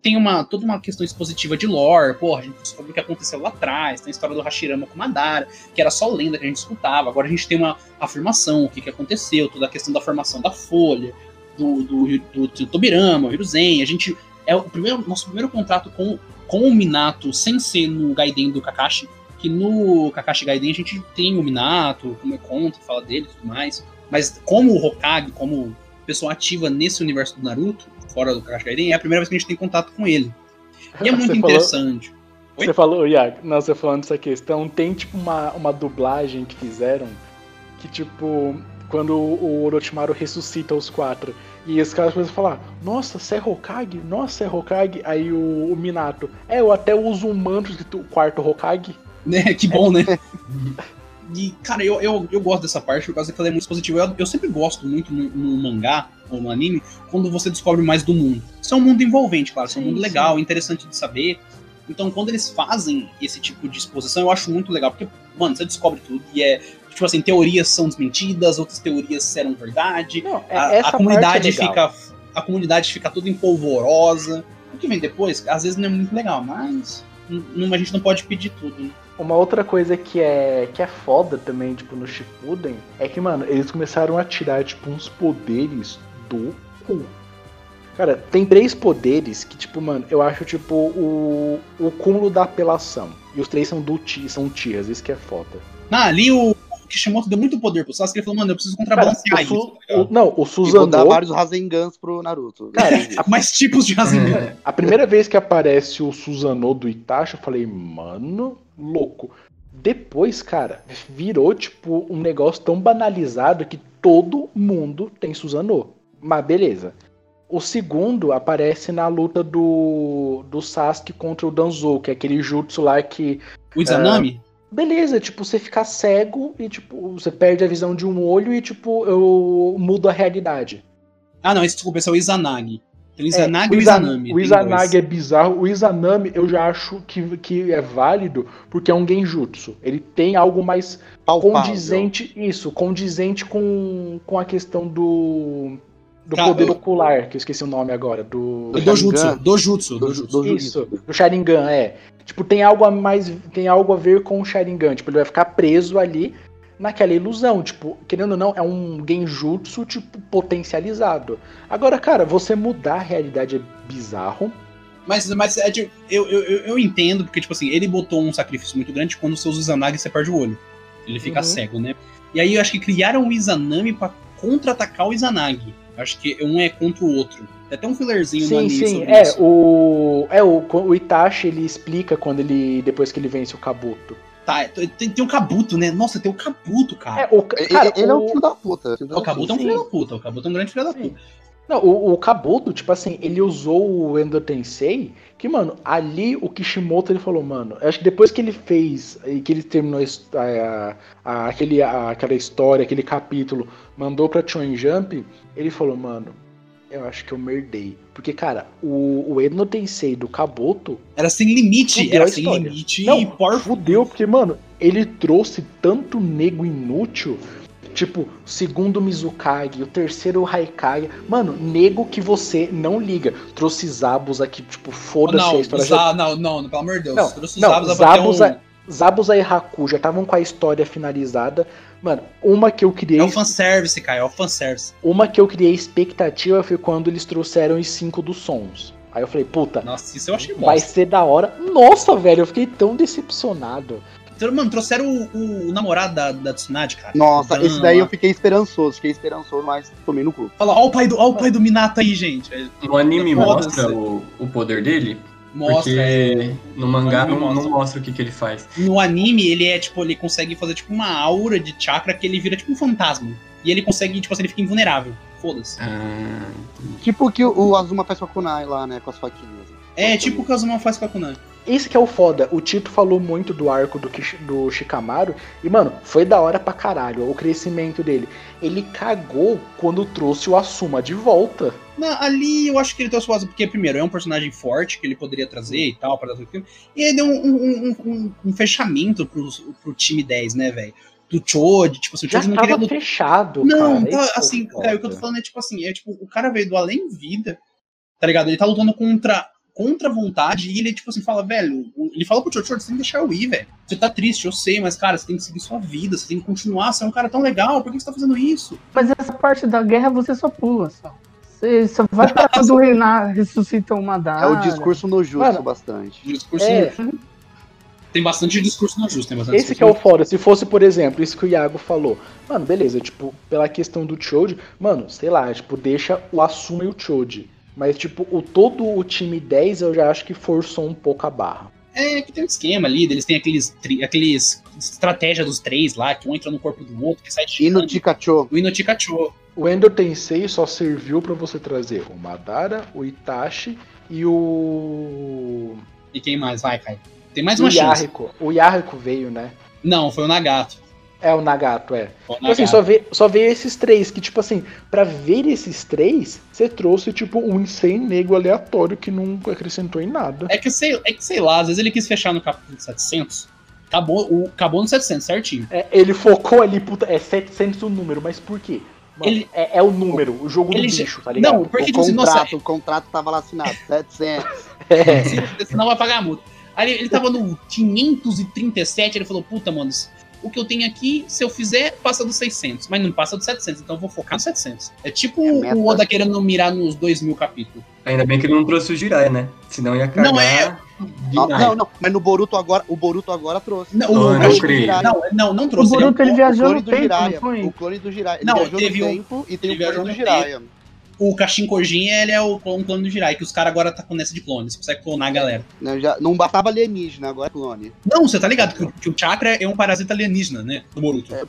S3: tem uma toda uma questão expositiva de lore, pô, a gente descobre o que aconteceu lá atrás, tem a história do Hashirama com Madara, que era só lenda que a gente escutava. Agora a gente tem uma afirmação, o que, que aconteceu, toda a questão da formação da Folha, do, do, do, do Tobirama, o Hiruzen, a gente É o primeiro, nosso primeiro contrato com, com o Minato sem ser no Gaiden do Kakashi. Que no Kakashi Gaiden a gente tem o Minato, como é conta, fala dele e tudo mais. Mas como o Hokage, como pessoa ativa nesse universo do Naruto, fora do Kakashi Gaiden, é a primeira vez que a gente tem contato com ele. E é muito
S2: [laughs] Você falou-
S3: interessante. Oi?
S2: Você falou, Iago, não, você falando dessa questão, tem tipo uma, uma dublagem que fizeram que tipo, quando o Orochimaru ressuscita os quatro e os caras começam a falar, nossa, você é Hokage? Nossa, você é Hokage? Aí o, o Minato, é, eu até uso um manto de tu- quarto Hokage.
S3: Né? [laughs] Que bom, né? E, cara, eu, eu, eu gosto dessa parte por causa que ela é muito expositiva. Eu, eu sempre gosto muito no, no mangá ou no anime quando você descobre mais do mundo. Isso é um mundo envolvente, claro. Isso é um
S5: Sim,
S3: mundo legal, interessante de saber. Então, quando eles fazem esse tipo de exposição, eu acho muito legal. Porque, mano, você descobre tudo e é. Tipo assim, teorias são desmentidas, outras teorias eram verdade.
S2: Não, é,
S3: A, a
S2: essa
S3: comunidade
S2: parte é legal.
S3: fica. A comunidade fica toda empolvorosa. O que vem depois, às vezes não é muito legal, mas. n- não- a gente não pode pedir tudo, né?
S2: Uma outra coisa que é, que é foda também, tipo, no Shippuden, é que, mano, eles começaram a tirar, tipo, uns poderes do cu. Cara, tem três poderes que, tipo, mano, eu acho, tipo, o, o cúmulo da apelação. E os três são do ti, são tias, isso que é foda.
S3: Ah, ali o o Kishimoto deu muito poder pro Sasuke. Ele falou, mano, eu preciso
S2: Cara,
S3: contrabalancear
S2: o Su-
S3: isso. tá ligado?
S2: o- não, o
S4: E vou dar
S2: Suzano,
S4: vários Razengans pro Naruto.
S2: Cara,
S3: [laughs] Mais tipos de Rasengan.
S6: É,
S2: a primeira vez que aparece o Suzano do Itachi, eu falei, mano, louco. Depois, cara, virou, tipo, um negócio tão banalizado que todo mundo tem Suzano. Mas beleza. O segundo aparece na luta do, do Sasuke contra o Danzou, que é aquele jutsu lá que
S3: O Izanami?
S2: Beleza, tipo, você ficar cego e, tipo, você perde a visão de um olho e, tipo, eu mudo a realidade.
S3: Ah, não, esse, desculpa, esse é o Izanagi. Tem o Izanagi
S2: É,
S3: e o
S2: Izan-
S3: Izanami.
S2: O
S3: tem
S2: Izanagi
S3: dois.
S2: é bizarro. O Izanami eu já acho que, que é válido porque é um genjutsu. Ele tem algo mais
S4: [laughs] Palpável.
S2: condizente, isso, condizente com, com a questão do, do
S3: Cara,
S2: poder
S3: Ah, eu-
S2: ocular, que eu esqueci o nome agora, é do...
S3: O Dojutsu,
S4: Sharingan.
S3: Dojutsu,
S4: Do-
S3: Dojutsu.
S4: do Jujutsu.
S2: Isso, do Sharingan, é. Tipo, tem algo a mais. Tem algo a ver com o Sharingan. Tipo, ele vai ficar preso ali naquela ilusão. Tipo, querendo ou não, é um genjutsu, tipo, potencializado. Agora, cara, você mudar a realidade é bizarro.
S3: Mas, mas é de- eu, eu, eu, eu entendo, porque, tipo assim, ele botou um sacrifício muito grande quando você usa o Izanagi e você perde o olho. Ele fica
S2: Uhum.
S3: cego, né? E aí eu acho que criaram o Izanami pra contra-atacar o Izanagi. Eu acho que um é contra o outro. Tem até um fillerzinho no
S2: Sim,
S3: anime
S2: sim.
S3: sobre
S2: É,
S3: isso.
S2: o. É, o, o Itachi ele explica quando ele. Depois que ele vence o Kabuto.
S3: Tá, tem, tem o Kabuto, né? Nossa, tem o Kabuto, cara.
S2: É, o.
S4: Ele,
S2: Cara,
S4: ele é
S2: o-
S4: um filho da puta. filho da
S3: O Kabuto é um
S4: puta.
S3: filho da puta, o Kabuto é um grande filho da
S2: Sim.
S3: puta.
S2: Não, o, o Kabuto, tipo assim, ele usou o Endo Tensei, que, mano, ali o Kishimoto, ele falou, mano, eu acho que depois que ele fez, e que ele terminou a his- a- a- aquele, a- aquela história, aquele capítulo, mandou pra Shonen Jump, ele falou, mano, eu acho que eu merdei. Porque, cara, o, o Endo Tensei do Kabuto,
S3: Era sem limite,
S2: Fudeu
S3: era
S2: a
S3: sem
S2: história.
S3: limite
S2: não,
S3: e por
S2: fudeu, porque, mano, ele trouxe tanto nego inútil. Tipo, o segundo Mizukage, o terceiro Raikage. Mano, nego que você não liga. Trouxe Zabuza aqui, tipo, foda-se a
S3: não,
S2: história.
S3: Za- não, não, não, pelo amor de Deus.
S2: Não,
S3: trouxe
S2: não,
S3: Zabuza pra ter um-
S2: Zabuza- Zabuza e Haku já estavam com a história finalizada. Mano, uma que eu criei,
S3: É o fanservice, cara, é o fanservice.
S2: uma que eu criei expectativa foi quando eles trouxeram os cinco dos sons. Aí eu falei, puta,
S3: Nossa, isso eu achei bom.
S2: vai ser da hora. Nossa, velho, eu fiquei tão decepcionado.
S3: Então, Mano, trouxeram o, o namorado da, da Tsunade, cara.
S4: Nossa,
S3: Dama.
S4: esse daí eu fiquei esperançoso, fiquei esperançoso, mas tomei no cu.
S3: Fala, ó o pai do, ó o pai do Minato aí, gente. Aí
S6: No anime
S3: Foda-se.
S6: mostra o, o poder dele,
S3: Mostra.
S6: porque no mangá
S3: No anime
S6: não,
S3: mostra.
S6: não mostra o que, que ele faz.
S3: No anime, ele é, tipo, ele consegue fazer, tipo, uma aura de chakra que ele vira, tipo, um fantasma. E ele consegue, tipo assim, ele fica invulnerável. Foda-se.
S6: Ah,
S4: Tipo o que o Azuma faz com a Kunai lá, né? Com as faquinhas.
S3: É, tipo o que a Azuma faz com a Kunan.
S2: Esse que é o foda. O Tito falou muito do arco do, Kish- do Shikamaru. E, mano, foi da hora pra caralho o crescimento dele. Ele cagou quando trouxe o Asuma de volta.
S3: Não, ali eu acho que ele trouxe o Asa, porque, primeiro, é um personagem forte que ele poderia trazer e tal, para dar filme. E aí deu um, um, um- um- um fechamento pro, pro time 10, né, velho? Do Choji, tipo assim, o
S2: Já
S3: Choji não queria
S2: tava
S3: lutar.
S2: fechado,
S3: Não,
S2: cara.
S3: tá,
S2: Isso é
S3: assim,
S2: foda.
S3: cara, o que eu tô falando é tipo assim, é tipo, o cara veio do além vida, tá ligado? Ele tá lutando contra contra a vontade e ele, tipo assim, fala, velho, o- ele fala pro Chocho, você tem que deixar eu ir, velho. Você tá triste, eu sei, mas, cara, você tem que seguir sua vida, você tem que continuar, você é um cara tão legal, por que você tá fazendo isso?
S5: Mas essa parte da guerra você só pula, só. Você só vai
S4: [laughs]
S5: pra quando o Renan ressuscita o
S4: É
S5: Madara.
S4: o discurso no jutsu
S2: Mano,
S4: bastante.
S3: Discurso
S2: É.
S3: no- Tem bastante discurso no justo, tem bastante
S2: Esse que é o
S3: discurso
S2: foda. Se fosse, por exemplo, isso que o Iago falou. Mano, beleza, tipo, pela questão do Choji, mano, sei lá, tipo, deixa o Asuma e o Choji. Mas, tipo, o todo o time 10 eu já acho que forçou um pouco a barra.
S3: É, que tem um esquema ali, eles têm aqueles, tri- aqueles estratégia dos três lá, que um entra no corpo do outro, que sai
S4: E
S3: tirando.
S4: no Tikacho,
S3: O Inoticacho.
S2: O Endo Tensei só serviu pra você trazer o Madara, o Itachi e o.
S3: E quem mais? Vai, Kai. Tem mais
S2: e o
S3: uma chance.
S2: Yahiko. O Yahiko veio, né?
S3: Não, foi o Nagato.
S2: É o Nagato, é.
S3: Foi o
S2: Tipo assim,
S3: Nagato.
S2: só veio, só veio esses três, que tipo assim, pra ver esses três, você trouxe tipo um sem nego aleatório que não acrescentou em nada.
S3: É que, sei, é que sei lá, às vezes ele quis fechar no capítulo de 700. Acabou, o, acabou no 700, certinho.
S2: É, ele focou ali, puta, é 700 o número, mas por quê? Mano,
S3: Ele-
S2: é, é o número, o jogo do
S3: ele já-
S2: bicho, tá ligado?
S3: Não, porque
S4: o
S3: tipo assim, nossa,
S4: contrato, o contrato tava lá assinado, 700.
S2: [laughs]
S3: [laughs]
S2: É.
S3: se- senão vai pagar a multa. Aí ele tava no 537, ele falou, puta, mano, o que eu tenho aqui, se eu fizer, passa dos 600, mas não passa dos 700, então eu vou focar nos 700. É tipo
S4: É a meta.
S3: o Oda querendo mirar nos 2 mil capítulos.
S6: Ainda bem que ele não trouxe o Jirai, né? Senão ia cagar.
S3: Não, é-
S6: demais.
S4: não, não, não, mas no Boruto agora, o Boruto agora trouxe.
S3: Não,
S6: Não,
S3: o-
S6: eu
S4: Mas
S6: não creio.
S4: Jiraiya-
S3: Não, não, não
S5: O
S3: trouxe. ele é um
S5: Boruto ele
S3: co-
S5: viajou
S4: clone
S5: no
S4: do
S5: tempo, não
S4: Jiraiya.
S5: foi?
S4: O clone do Jiraiya. Ele
S3: Não,
S4: viajou
S3: teve
S4: no
S3: um-
S4: tempo e tem
S3: ele
S4: o clone
S3: viajou
S4: do
S3: no
S4: Jiraiya.
S3: o Kashin Kojin, ele é o clone, um clone do Jirai, que os caras agora tá com nessa de clone, você consegue clonar a galera.
S4: Não, já, não bastava alienígena, agora é clone.
S3: Não, você tá ligado que, que o Chakra é um parasita alienígena, né? Do Boruto.
S5: É,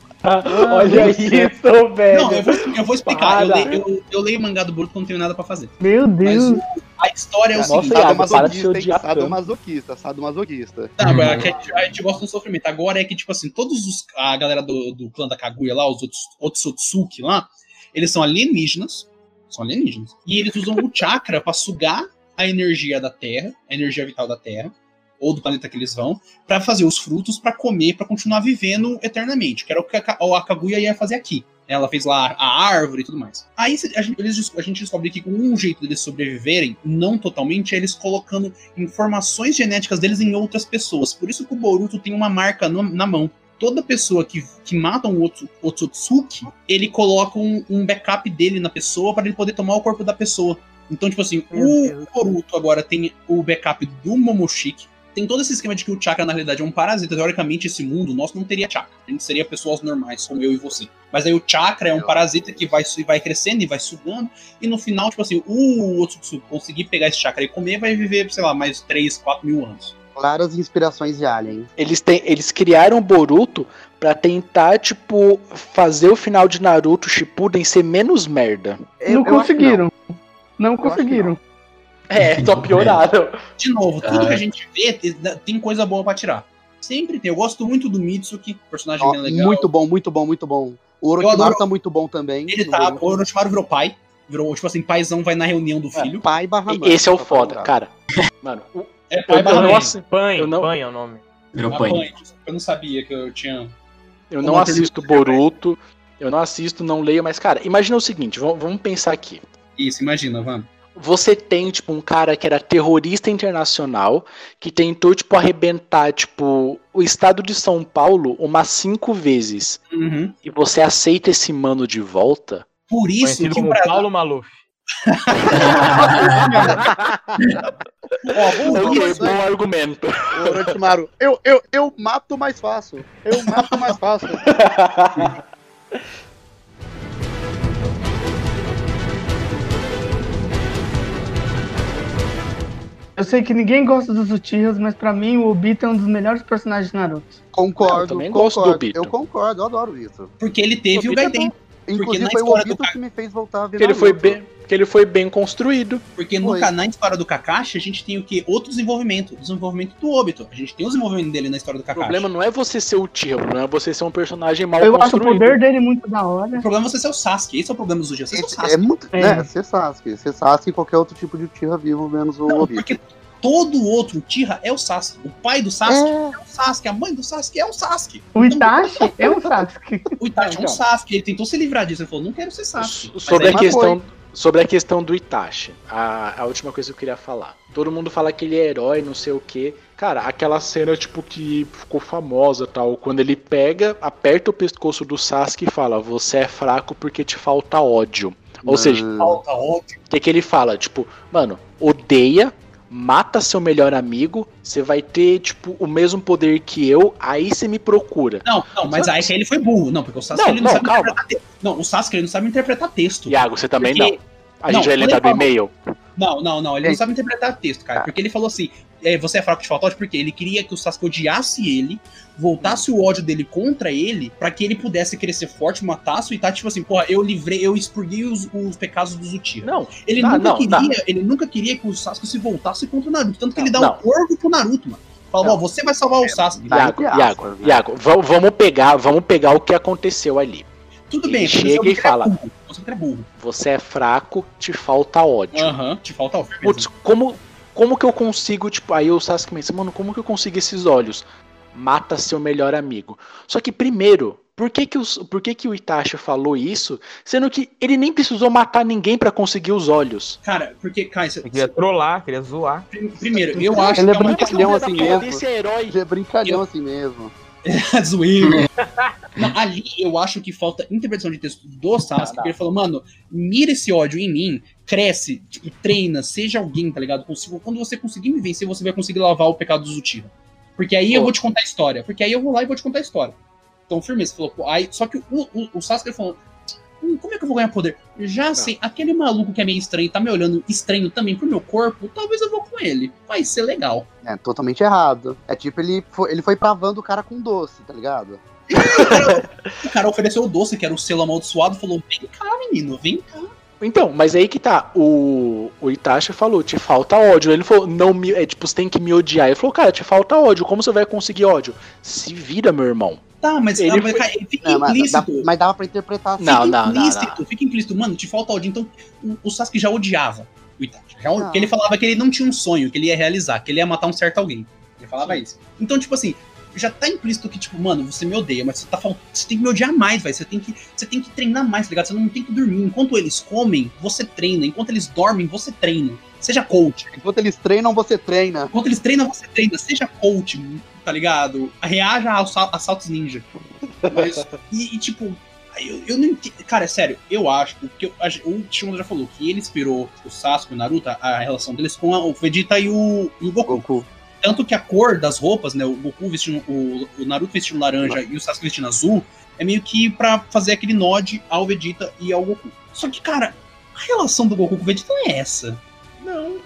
S2: Olha
S5: meu
S2: isso, velho.
S5: é
S3: Não, eu vou, eu vou explicar. Eu
S2: Para.
S3: leio, eu, eu leio mangá do Boruto quando não tenho nada pra fazer.
S5: Meu Deus.
S3: A história é o
S2: Nossa,
S3: seguinte.
S2: Iago, para de se
S4: hein?
S2: odiar tanto.
S4: Sadomasoquista, sadomasoquista.
S3: Tá, mas aqui a gente- a gente gosta do sofrimento. Agora é que, tipo assim, todos os. A galera do, do clã da Kaguya lá, os Ots- Otsutsuki lá, eles são alienígenas. São alienígenas. E eles usam o chakra pra sugar a energia da Terra, a energia vital da Terra, ou do planeta que eles vão, pra fazer os frutos pra comer, pra continuar vivendo eternamente. Que era o que a, Ka- a Kaguya ia fazer aqui. Ela fez lá a árvore e tudo mais. Aí se- a gente, eles des- a gente descobre que um jeito deles sobreviverem, não totalmente, é eles colocando informações genéticas deles em outras pessoas. Por isso que o Boruto tem uma marca no- na mão. Toda pessoa que, que mata um Otsu- Otsutsuki, ele coloca um, um backup dele na pessoa para ele poder tomar o corpo da pessoa. Então, tipo assim,
S5: Meu
S3: o
S5: Deus.
S3: Boruto agora tem o backup do Momoshiki. Tem todo esse esquema de que o chakra, na realidade, é um parasita. Teoricamente, esse mundo nosso não teria chakra. A gente seria pessoas normais, como eu e você. Mas aí o chakra é um parasita que vai, su- vai crescendo e vai sugando. E no final, tipo assim, o Otsutsu conseguir pegar esse chakra e comer, vai viver, sei lá, mais 3, 4 mil anos.
S4: Claras inspirações de Alien.
S2: Eles, têm, eles criaram o Boruto pra tentar, tipo, fazer o final de Naruto Shippuden ser menos merda.
S5: não conseguiram. Não,
S4: acho que
S5: conseguiram.
S2: É, só pioraram.
S3: De novo, tudo
S6: Ah.
S3: que a gente vê te- dá- tem coisa boa pra tirar. Sempre tem. Eu gosto muito do Mitsuki, personagem
S4: Ó,
S3: bem legal.
S4: muito bom, muito bom, muito bom. O
S3: Eu
S4: Orochimaru
S3: adoro-
S4: tá muito bom É. também.
S3: Ele
S4: no
S3: tá.
S4: Boruto.
S3: O Orochimaru virou pai. Virou, tipo assim, paizão vai na reunião do filho.
S4: Pai barra mãe, Tá
S2: Esse é o
S4: só pra
S2: foda,
S4: lembrar.
S2: cara. Mano, o-
S3: É pai
S2: eu
S3: barra
S2: não
S3: mãe.
S2: assi-
S1: Pan,
S2: Eu não-
S1: Pan é o nome.
S6: Virou
S3: Ah,
S6: pânico.
S3: pai, Eu não sabia que eu tinha.
S2: Eu não
S3: Uma
S2: assisto Boruto, eu não assisto, não leio, mas, cara, imagina o seguinte, vam- vamos pensar aqui.
S3: Isso, imagina, vamos.
S2: Você tem, tipo, um cara que era terrorista internacional, que tentou, tipo, arrebentar, tipo, o estado de São Paulo umas cinco vezes.
S3: Uhum.
S2: E você aceita esse mano de volta?
S3: Por isso
S1: Conhecido
S3: que
S1: como
S3: pra.
S1: Paulo Maluf.
S3: Ó, vamos-
S2: Ok, é bom argumento.
S4: O Orochimaru, eu, eu, eu mato mais fácil. Eu mato mais fácil.
S5: Eu sei que ninguém gosta dos Uchihas, mas pra mim o Obito é um dos melhores personagens de Naruto.
S4: [laughs] Concordo,
S2: Eu também
S4: concordo.
S2: gosto do Obito.
S4: Eu concordo, eu adoro isso.
S3: porque ele teve o
S2: Obito é
S3: Gaiden.
S4: Inclusive
S3: na
S4: foi o
S3: história do
S4: Obito
S3: cara-
S4: que me fez voltar a ver
S2: Que ele foi
S4: Naruto.
S2: bem, que ele foi bem construído.
S3: Porque no,
S4: Foi.
S3: ca- na história do Kakashi, a gente tem o quê? Outro desenvolvimento. o Desenvolvimento do Obito. A gente tem o desenvolvimento dele na história do
S2: O
S3: Kakashi.
S2: problema não é você ser o Tio, o problema é você ser um personagem mal
S5: Eu acho o
S2: construído.
S5: poder dele muito da
S3: O
S5: hora.
S3: problema é você ser o Sasuke. Esse é o problema dos Uchiha. Você ser o
S4: É, é
S3: Sasuke.
S4: muito,
S5: É.
S4: né? Ser Sasuke. Ser Sasuke e qualquer outro tipo de Tira vivo, menos o
S3: Não,
S4: Obito.
S3: porque todo outro Uchiha é o Sasuke. O pai do Sasuke é, o Sasuke. A mãe do Sasuke é o Sasuke.
S5: O Itachi é um Sasuke.
S3: O Itachi é um
S2: Então.
S3: Sasuke. Ele tentou se livrar disso. Ele falou, não quero ser Sasuke.
S2: So-
S3: Mas
S2: sobre
S3: aí-
S2: a
S4: mas
S2: questão sobre a questão do Itachi a, a última coisa que eu queria falar todo mundo fala que ele é herói não sei o que cara aquela cena tipo que ficou famosa tal quando ele pega aperta o pescoço do Sasuke e fala você é fraco porque te falta ódio Ou seja,
S3: Falta outro.
S2: o que, que ele fala? Tipo, mano, odeia, mata seu melhor amigo, você vai ter, tipo, o mesmo poder que eu, aí você me procura.
S3: Não, não, mas aí que ele foi burro. Não, porque o Sasuke
S2: Não,
S3: ele não,
S2: não,
S3: sabe
S2: calma.
S3: interpretar texto. Não, o Sasuke ele não sabe interpretar texto.
S2: Iago, você também
S3: Porque-
S2: não. A gente
S3: Não,
S2: vai
S3: quando
S2: lembrar
S3: ele
S2: do
S3: falou-
S2: e-mail.
S3: Não, não, não. Ele não
S4: Gente.
S3: sabe interpretar texto, cara.
S2: Tá.
S3: Porque ele falou assim: é, você é fraco de faltote, porque ele queria que o Sasuke odiasse ele, voltasse o ódio dele contra ele, pra que ele pudesse crescer forte, matasse e tá tipo assim, porra, eu livrei, eu expurguei os, os pecados do Uchiha.
S2: Não,
S3: Ele,
S2: tá,
S3: nunca
S2: não,
S3: queria,
S2: tá.
S3: ele nunca queria que o Sasuke se voltasse contra o Naruto. Tanto que
S2: Não,
S3: ele dá
S2: não.
S3: um corvo pro Naruto, mano. Fala,
S2: Não. É,
S3: ó, você vai salvar o Sasuke.
S4: Tá
S2: Iago,
S4: entre aspas,
S2: Iago,
S4: né?
S2: Iago, va- vamos pegar, vamos pegar o que aconteceu ali.
S3: Tudo
S2: Ele
S3: bem, aconteceu
S2: chega e
S3: porque ele
S2: fala.
S3: É burro. Você é burro.
S2: Você é fraco, te falta ódio.
S3: Aham, te falta o
S2: Putz, como, como que eu consigo, tipo, aí o Sasuke pensa, mano, como que eu consigo esses olhos? Mata seu melhor amigo. Só que primeiro, por que que, os, por que que o Itachi falou isso, sendo que ele nem precisou matar ninguém pra conseguir os olhos?
S3: Cara, porque, cara, isso-
S1: Queria trollar, queria zoar.
S3: primeiro, eu acho
S4: Ele é
S3: que é uma
S4: brincalhão
S3: questão
S4: assim mesmo.
S2: Esse é herói.
S4: Ele [laughs] é brincalhão assim mesmo.
S3: Tá Zoeiro. Não, ali eu acho que falta interpretação de texto do Sasuke, porque ele falou, mano, mira esse ódio em mim, cresce, tipo, treina, seja alguém, tá ligado? Consigo, quando você conseguir me vencer, você vai conseguir lavar o pecado dos Uchiha. Porque aí eu
S2: Pô.
S3: vou te contar a história. Porque aí eu vou lá e vou te contar a história. Então, firmeza, falou, pô, aí, só que o, o, o Sasuke falou. "Hum, Como é que eu vou ganhar poder? Já sei, aquele maluco que é meio estranho, tá me olhando estranho também pro meu corpo, talvez eu vou com ele. Vai ser legal.
S4: É totalmente errado. É tipo, ele foi, ele foi pravando o cara com doce, tá ligado?
S3: O cara ofereceu o doce, que era o selo amaldiçoado, falou: vem cá, menino, vem cá.
S2: Então, mas aí que tá. O, o Itachi falou, te falta ódio. Ele falou, não me. É tipo, você tem que me odiar. Ele falou, cara, te falta ódio. Como você vai conseguir ódio? Se vira, meu irmão.
S3: Tá, mas,
S2: Ele
S3: ah, mas
S2: foi-
S3: cara, fica
S4: Não, mas, dá-
S3: implícito.
S4: mas dava pra interpretar assim.
S2: Não,
S3: fica
S2: não, não,
S3: implícito,
S2: não.
S3: fica implícito. Mano, te falta ódio. Então, o, o Sasuke já odiava o Itachi. Já,
S4: Não.
S3: Porque ele falava que ele não tinha um sonho, que ele ia realizar, que ele ia matar um certo alguém. Ele falava isso. Então, tipo assim, já tá implícito que, tipo, mano, você me odeia, mas você tá faltando. Você tem que me odiar mais, velho. Você tem que. Você tem que treinar mais, tá ligado? Você não tem que dormir. Enquanto eles comem, você treina. Enquanto eles dormem, você treina. Seja coach.
S4: Enquanto eles treinam, você treina.
S3: Enquanto eles treinam, você treina. Seja coach, tá ligado? Reaja aos sal- assaltos ninja. Mas, e, e, tipo, eu, eu não entendo. Cara, é sério, eu acho. Porque eu, acho- o Shimon já falou que ele inspirou o Sasuke e o Naruto, a, a relação deles com a- o Vegeta e o, e o Goku.
S4: Goku.
S3: Tanto que a cor das roupas, né? O Goku vestindo. O, o Naruto vestindo laranja e o Sasuke vestindo azul. É meio que pra fazer aquele nod ao Vegeta e ao Goku. Só que, cara, a relação do Goku com o Vegeta não é essa. Não.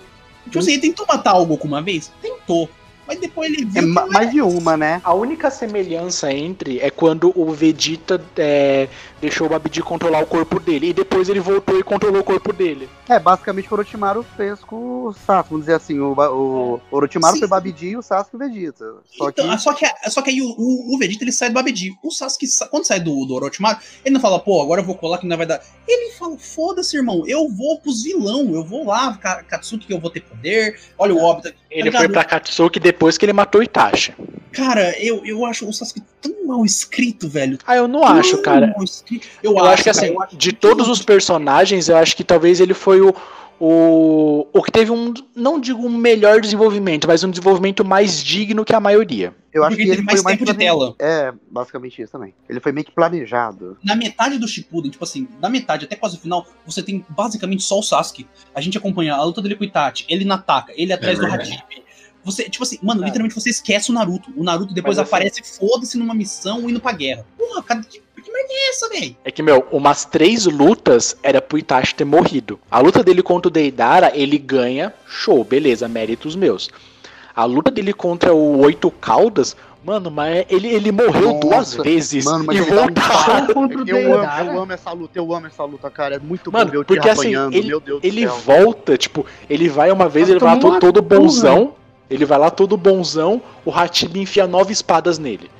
S3: Tipo assim, ele tentou matar o Goku uma vez? Tentou. Mas depois ele viu.
S4: É
S3: que
S4: ma-
S3: não
S4: mais
S3: era
S4: de
S3: isso.
S4: uma, né?
S2: A única semelhança entre é quando o Vegeta é, deixou o Babidi controlar o corpo dele e depois ele voltou e controlou o corpo dele.
S4: É, basicamente o Orochimaru fez com o Sasuke, vamos dizer assim, o, Ba- o Orochimaru
S3: Sim.
S4: foi Babidi e o Sasuke o Vegeta. Só que
S3: Então, ah, só, que... Só, que, aí o, o, o Vegeta ele sai do Babedi. O Sasuke, sa- quando sai do, do Orochimaru, ele não fala, pô, agora eu vou colar que não vai dar. Ele fala, foda-se, irmão, eu vou pros vilão, eu vou lá, Ka- Katsuki, que eu vou ter poder. Olha o Obita.
S2: Ele
S3: Tá
S2: foi
S3: ligado?
S2: pra Katsuki depois que ele matou o Itachi.
S3: Cara, eu, eu acho o Sasuke tão mal escrito, velho.
S2: Ah, eu não acho,
S3: Tão
S2: cara.
S3: mal escrito.
S2: Eu, acho, que assim, de todos os personagens, eu acho que talvez ele foi o, o, o que teve um, não digo um melhor desenvolvimento, mas um desenvolvimento mais digno que a maioria.
S4: eu acho
S3: Porque
S4: que
S3: ele teve
S4: ele
S3: mais
S4: foi mais
S3: tempo de
S4: plane-
S3: tela.
S4: É, basicamente isso também. Ele foi meio que planejado.
S3: na metade do Shippuden, tipo assim, da metade até quase o final, você tem basicamente só o Sasuke. A gente acompanha a luta dele com o Itachi, ele na ataca, ele atrás
S6: É
S3: do
S6: verdade.
S3: Hajime. Você, tipo assim, mano,
S2: É.
S3: literalmente você esquece o Naruto. O Naruto depois
S2: Mas, assim,
S3: aparece, foda-se numa missão, indo pra guerra. Porra, cara, que, que merda é essa, velho?
S2: É que, meu, umas três lutas era pro Itachi ter morrido. A luta dele contra o Deidara, ele ganha, show, beleza, méritos meus. A luta dele contra o Oito Caldas, mano, mas ele, ele morreu
S4: Nossa,
S2: duas vezes
S4: mano, mas
S2: e
S4: ele dá um
S2: voltaram.
S5: Fala contra o
S4: Eu amo,
S5: Deidara.
S4: eu amo essa luta, eu amo essa luta, cara. É muito
S2: Mano,
S4: bom ver o
S2: porque,
S4: Tira
S2: assim,
S4: apanhando,
S2: ele-
S4: meu Deus do
S2: Ele
S4: céu.
S2: volta, tipo, ele vai uma vez, ele vai lá
S5: tomou
S2: todo,
S5: uma
S2: todo
S5: surra.
S2: bonzão, ele vai lá todo bonzão, o Hatibi enfia nove espadas nele.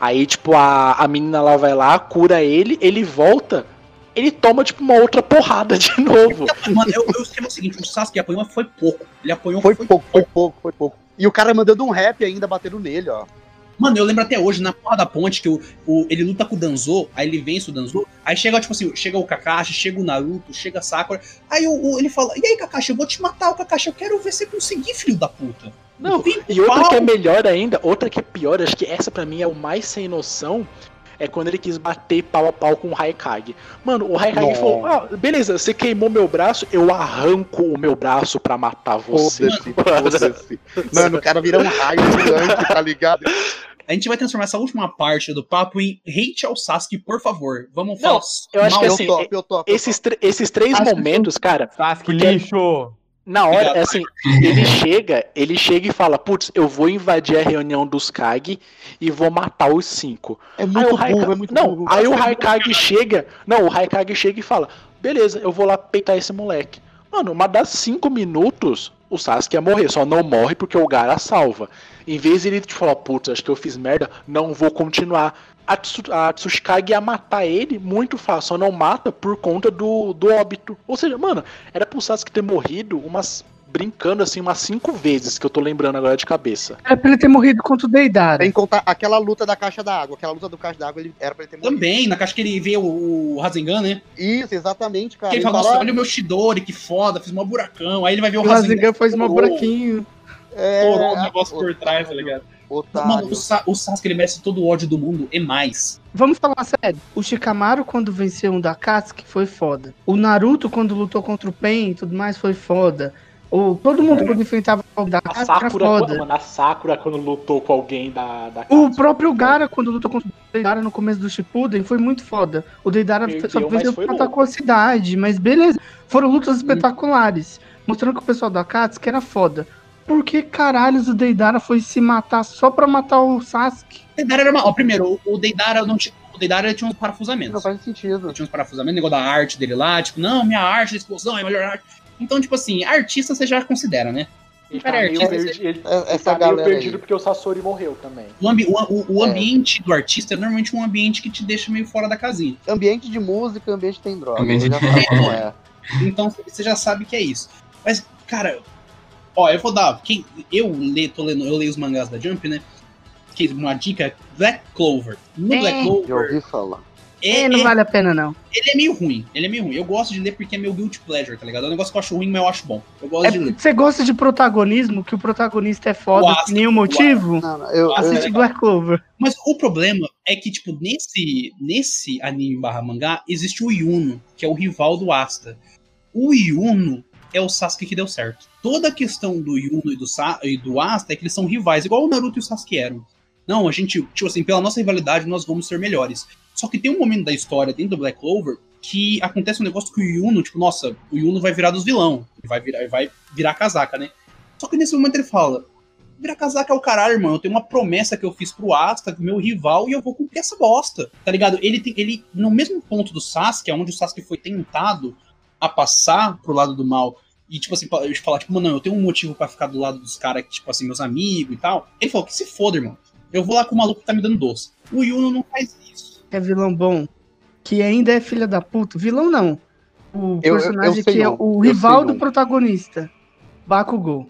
S2: Aí, tipo, a, a menina lá vai lá, cura ele, ele volta, ele toma, tipo, uma outra porrada [laughs] de novo.
S3: Mano, eu, eu escrevo o seguinte: o Sasuke apanhou, mas foi pouco. Ele apanhou,
S4: Foi pouco, foi pouco, foi pouco. E o cara mandando um rap ainda, batendo nele, ó.
S3: Mano, eu lembro até hoje, na porra da ponte, que o, o- ele luta com o Danzo, aí ele vence o Danzo, aí chega, tipo assim, chega o Kakashi, chega o Naruto, chega a Sakura, aí o, o- ele fala, e aí, Kakashi, eu vou te matar, o Kakashi, eu quero ver você conseguir, filho da puta.
S2: Não,
S3: Tem
S2: E outra é
S3: pau.
S2: que é melhor ainda, outra que é pior, acho que essa pra mim é o mais sem noção, é quando ele quis bater pau a pau com o Raikage. Mano, o Raikage
S4: Nossa.
S2: falou: ah, beleza, você queimou meu braço, eu arranco o meu braço pra matar você.
S4: Foda-se, foda-se. Mano, o cara vira um raio gigante, tá ligado?
S3: A gente vai transformar essa última parte do papo em hate ao Sasuke, por favor. Vamos falar.
S2: eu acho que
S3: mal-
S2: assim,
S4: eu topo, eu topo.
S2: Esses, tr- esses três
S5: Acho que
S2: momentos, cara,
S1: Sasuke,
S2: Porque-
S1: lixo!
S2: Na hora,
S3: Obrigado.
S2: é assim, ele chega, ele chega e fala, putz, eu vou invadir a reunião dos Kag e vou matar os cinco.
S4: É
S2: Aí
S4: muito
S2: o Haika-
S4: burro, é muito
S2: Não,
S4: burro.
S2: aí Tipo, o Haikage chega, não, o Haikage chega e fala, beleza, eu vou lá peitar esse moleque. Mano, mas dá cinco minutos, o Sasuke ia morrer, só não morre porque o Gara salva. Em vez de ele te falar, putz, acho que eu fiz merda, não vou continuar. A, Tsu, a Tsuchikage ia matar ele muito fácil, só não mata por conta do, do óbito. Ou seja, mano, era pro Sasuke ter morrido umas. brincando assim umas cinco vezes, que eu tô lembrando agora de cabeça.
S5: Era É pra ele ter morrido contra o Deidara.
S4: Tem que contar aquela luta da caixa da água. Aquela luta do caixa da água, ele era pra ele ter morrido.
S3: Também, na caixa que ele vê o, o Rasengan, né?
S4: Isso, exatamente, cara.
S3: Que ele
S4: Ah, Ele
S3: fala,
S4: fala,
S3: nossa, olha o meu Shidori, que foda, fiz um buracão. Aí ele vai ver o
S5: O Rasengan faz um buraquinho.
S4: é,
S3: Corou um negócio por
S4: otário,
S3: trás, tá ligado? Mano,
S4: Otário.
S3: o, Sa o Sasuke ele merece todo o ódio do mundo e mais.
S5: Vamos falar sério. O Shikamaru, quando venceu um da Katsuki, foi foda. O Naruto, quando lutou contra o Pen e tudo mais, foi foda. O, todo mundo quando enfrentava o
S2: É.
S5: da
S2: A
S5: Katsuki era
S2: Sakura,
S5: foda.
S2: mano, a Sakura quando lutou com alguém da, da
S5: O
S2: Katsuki.
S5: próprio Gara, quando lutou contra o Deidara no começo do Shippuden, foi muito foda. O Deidara
S2: Perdeu,
S5: só
S2: mas
S5: venceu
S2: foi Uhum.
S5: por atacou a cidade, mas beleza. Foram lutas espetaculares, mostrando que o pessoal da Katsuki era foda. Por que caralhos o Deidara foi se matar só pra matar o Sasuke?
S3: O Deidara era uma... Ó, primeiro, o o Deidara não tinha. O Deidara tinha uns
S4: Não
S3: parafusamentos.
S4: faz sentido.
S3: Tinha uns parafusamentos, negócio da arte dele lá, tipo, não, minha arte da explosão é a melhor arte. Então, tipo assim, artista você já considera, né?
S2: Ele tá
S3: Cara,
S2: meio
S3: artista-
S2: perdi- ele-
S4: É-
S2: ele
S4: Essa
S2: tá meio
S4: galera
S2: perdido
S4: aí.
S2: porque o Sasori morreu também.
S3: O, ambi o, o- o
S4: É.
S3: ambiente do artista é normalmente um ambiente que te deixa meio fora da casinha.
S4: Ambiente de música, ambiente tem droga.
S6: Ambiente
S4: já
S6: de-
S4: sabe como é.
S3: Então você já sabe que é isso. Mas, cara, ó, eu vou dar. Quem, eu, le, tô lendo, eu leio os mangás da Jump, né? Que uma dica, Black Clover. No
S5: É.
S3: Black
S4: Já
S3: Clover,
S4: ouvi falar.
S3: é,
S5: É, não
S3: é-
S5: vale a pena, não.
S3: ele é meio ruim. Ele é meio ruim. Eu gosto de ler porque é meu guilty pleasure, tá ligado? É um negócio que eu acho ruim, mas eu acho bom. Eu gosto
S5: É,
S3: de ler.
S5: você gosta de protagonismo, que o protagonista é foda
S3: Uau,
S5: sem nenhum motivo?
S4: Não, não, eu,
S3: Nossa,
S4: eu-
S5: Assiste
S3: é.
S5: Black Clover.
S3: Mas o problema é que, tipo, nesse, nesse anime barra mangá, existe o Yuno, que é o rival do Asta. O Yuno é o Sasuke que deu certo. Toda a questão do Yuno e do, Sa e do Asta é que eles são rivais, igual o Naruto e o Sasuke eram. Não, a gente, tipo assim, pela nossa rivalidade, nós vamos ser melhores. Só que tem um momento da história dentro do Black Clover que acontece um negócio que o Yuno, tipo, nossa, o Yuno vai virar dos vilão. Ele vai virar, ele vai virar casaca, né? Só que nesse momento ele fala: virar casaca é o caralho, irmão. Eu tenho uma promessa que eu fiz pro Asta, meu rival, e eu vou cumprir essa bosta. Tá ligado? Ele tem. Ele, no mesmo ponto do Sasuke, é onde o Sasuke foi tentado a passar pro lado do mal. E, tipo assim, pa- falar, tipo, mano, eu tenho um motivo pra ficar do lado dos caras que, tipo assim, meus amigos e tal. Ele falou, que se foda, irmão. Eu vou lá com o maluco que tá me dando doce. O Yuno não faz isso.
S5: que É vilão bom. Que ainda é filha da puta. Vilão não. O
S4: Eu- eu-
S5: personagem
S4: eu sei
S5: que é
S4: um,
S5: o
S4: eu
S5: rival
S4: sei
S5: do
S4: um.
S5: protagonista. Bakugou.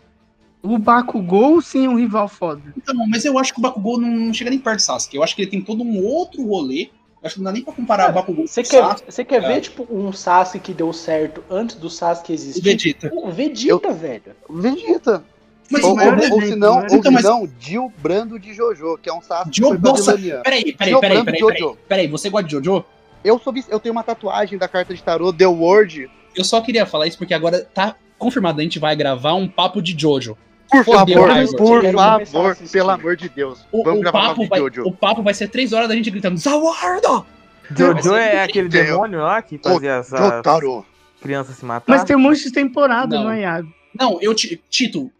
S5: O Bakugou sim é um rival foda.
S3: Então, mas eu acho que o Bakugou não, não chega nem perto do Sasuke. Eu acho que ele tem todo um outro rolê. Eu acho que não dá nem pra comparar o Bakugou
S2: Você
S3: com o
S2: quer,
S3: Sasuke.
S2: você quer
S3: cara.
S2: ver, tipo, um Sasuke que deu certo antes do Sasuke
S3: e
S2: existir?
S3: Vegeta.
S2: O Vegeta, velho.
S4: Vegeta.
S3: Mas
S4: Ou,
S5: não era
S4: ou, ou
S5: Vegeta,
S4: se não,
S5: não
S4: ou
S5: era.
S4: se
S3: Então, mas-
S4: não, Jill Brando de Jojo, que é um Sasuke que
S3: Jill-
S4: foi
S3: nossa,
S4: babiloniano.
S3: Peraí, peraí,
S4: Jill
S3: peraí,
S4: Brando
S3: peraí,
S4: de
S3: peraí.
S4: Jojo.
S3: Peraí, você gosta de Jojo?
S4: Eu, sou, vice- eu tenho uma tatuagem da carta de tarô The World.
S3: Eu só queria falar isso porque agora tá confirmado. A gente vai gravar um papo de Jojo.
S4: Por
S3: Fodeu,
S4: favor,
S3: Raigo.
S4: por
S2: Quero começar a
S4: favor,
S2: assistir.
S4: pelo amor de Deus.
S3: O,
S4: Vamos
S3: o
S4: gravar um
S3: papo
S4: papo
S3: vai,
S4: de Jojo.
S3: o papo vai ser três horas da gente gritando Zawardo!
S1: Jojo é aquele
S4: Deus.
S1: demônio lá que fazia as
S4: Jotaro.
S1: crianças se matar?
S4: Ah.
S5: Mas tem um monte de temporada,
S3: Não.
S5: não, é, Iago?
S3: Não, eu te... Tito,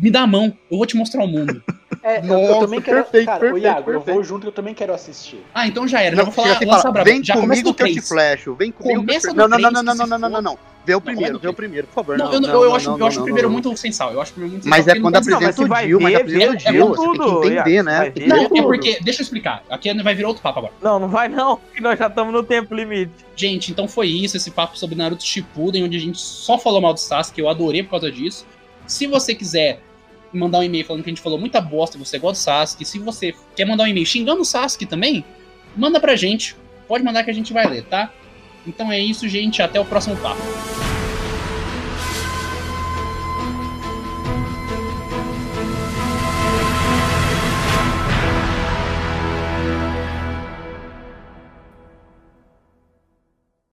S3: me dá a mão. Eu vou te mostrar o
S4: [laughs]
S3: mundo.
S2: É, eu- eu
S4: Nossa,
S2: também quero.
S4: perfeito,
S2: cara,
S4: perfeito,
S2: ô Iago, eu
S4: perfeito.
S2: vou junto que eu também quero assistir.
S3: Ah, então já era. já
S4: Não,
S3: vou falar,
S4: chega assim,
S3: lança
S4: fala,
S3: braba.
S4: vem
S3: já começa
S4: comigo
S3: do
S4: que eu te
S3: três.
S4: flasho. Vem comigo que eu
S3: Começa
S4: te
S3: do
S4: Não, não, não,
S3: três,
S4: não, não,
S3: que
S4: não,
S3: se
S4: não, não,
S3: for.
S4: não, não. Vê
S3: não,
S4: o
S3: é
S4: primeiro, vê o primeiro, por favor.
S3: Não, eu, eu acho, eu acho o primeiro é muito ofensal. Eu acho o primeiro muito
S4: Mas
S3: ofensal, porque
S4: é quando
S3: não
S4: a
S3: faz
S1: Não,
S4: apresenta
S3: nada.
S1: mas você
S4: o
S1: vai
S4: Gil, mas
S1: ver,
S4: apresenta
S1: vê
S4: o Gil, você tem que
S1: tudo,
S4: entender,
S1: Iago,
S4: né?
S1: vai
S4: Tem
S1: ver.
S4: que
S3: Não,
S4: ver
S3: é
S4: tudo.
S3: porque. Deixa eu explicar. Aqui vai virar outro papo agora.
S1: Não, não vai não, [laughs] que nós já estamos no tempo limite.
S3: Gente, então foi isso, esse papo sobre Naruto Shippuden, onde a gente só falou mal do Sasuke, eu adorei por causa disso. Se você quiser mandar um e-mail falando que a gente falou muita bosta, você gosta do Sasuke, se você quer mandar um e-mail xingando o Sasuke também, manda pra gente. Pode mandar que a gente vai ler, tá? Então é isso, gente, até o próximo papo.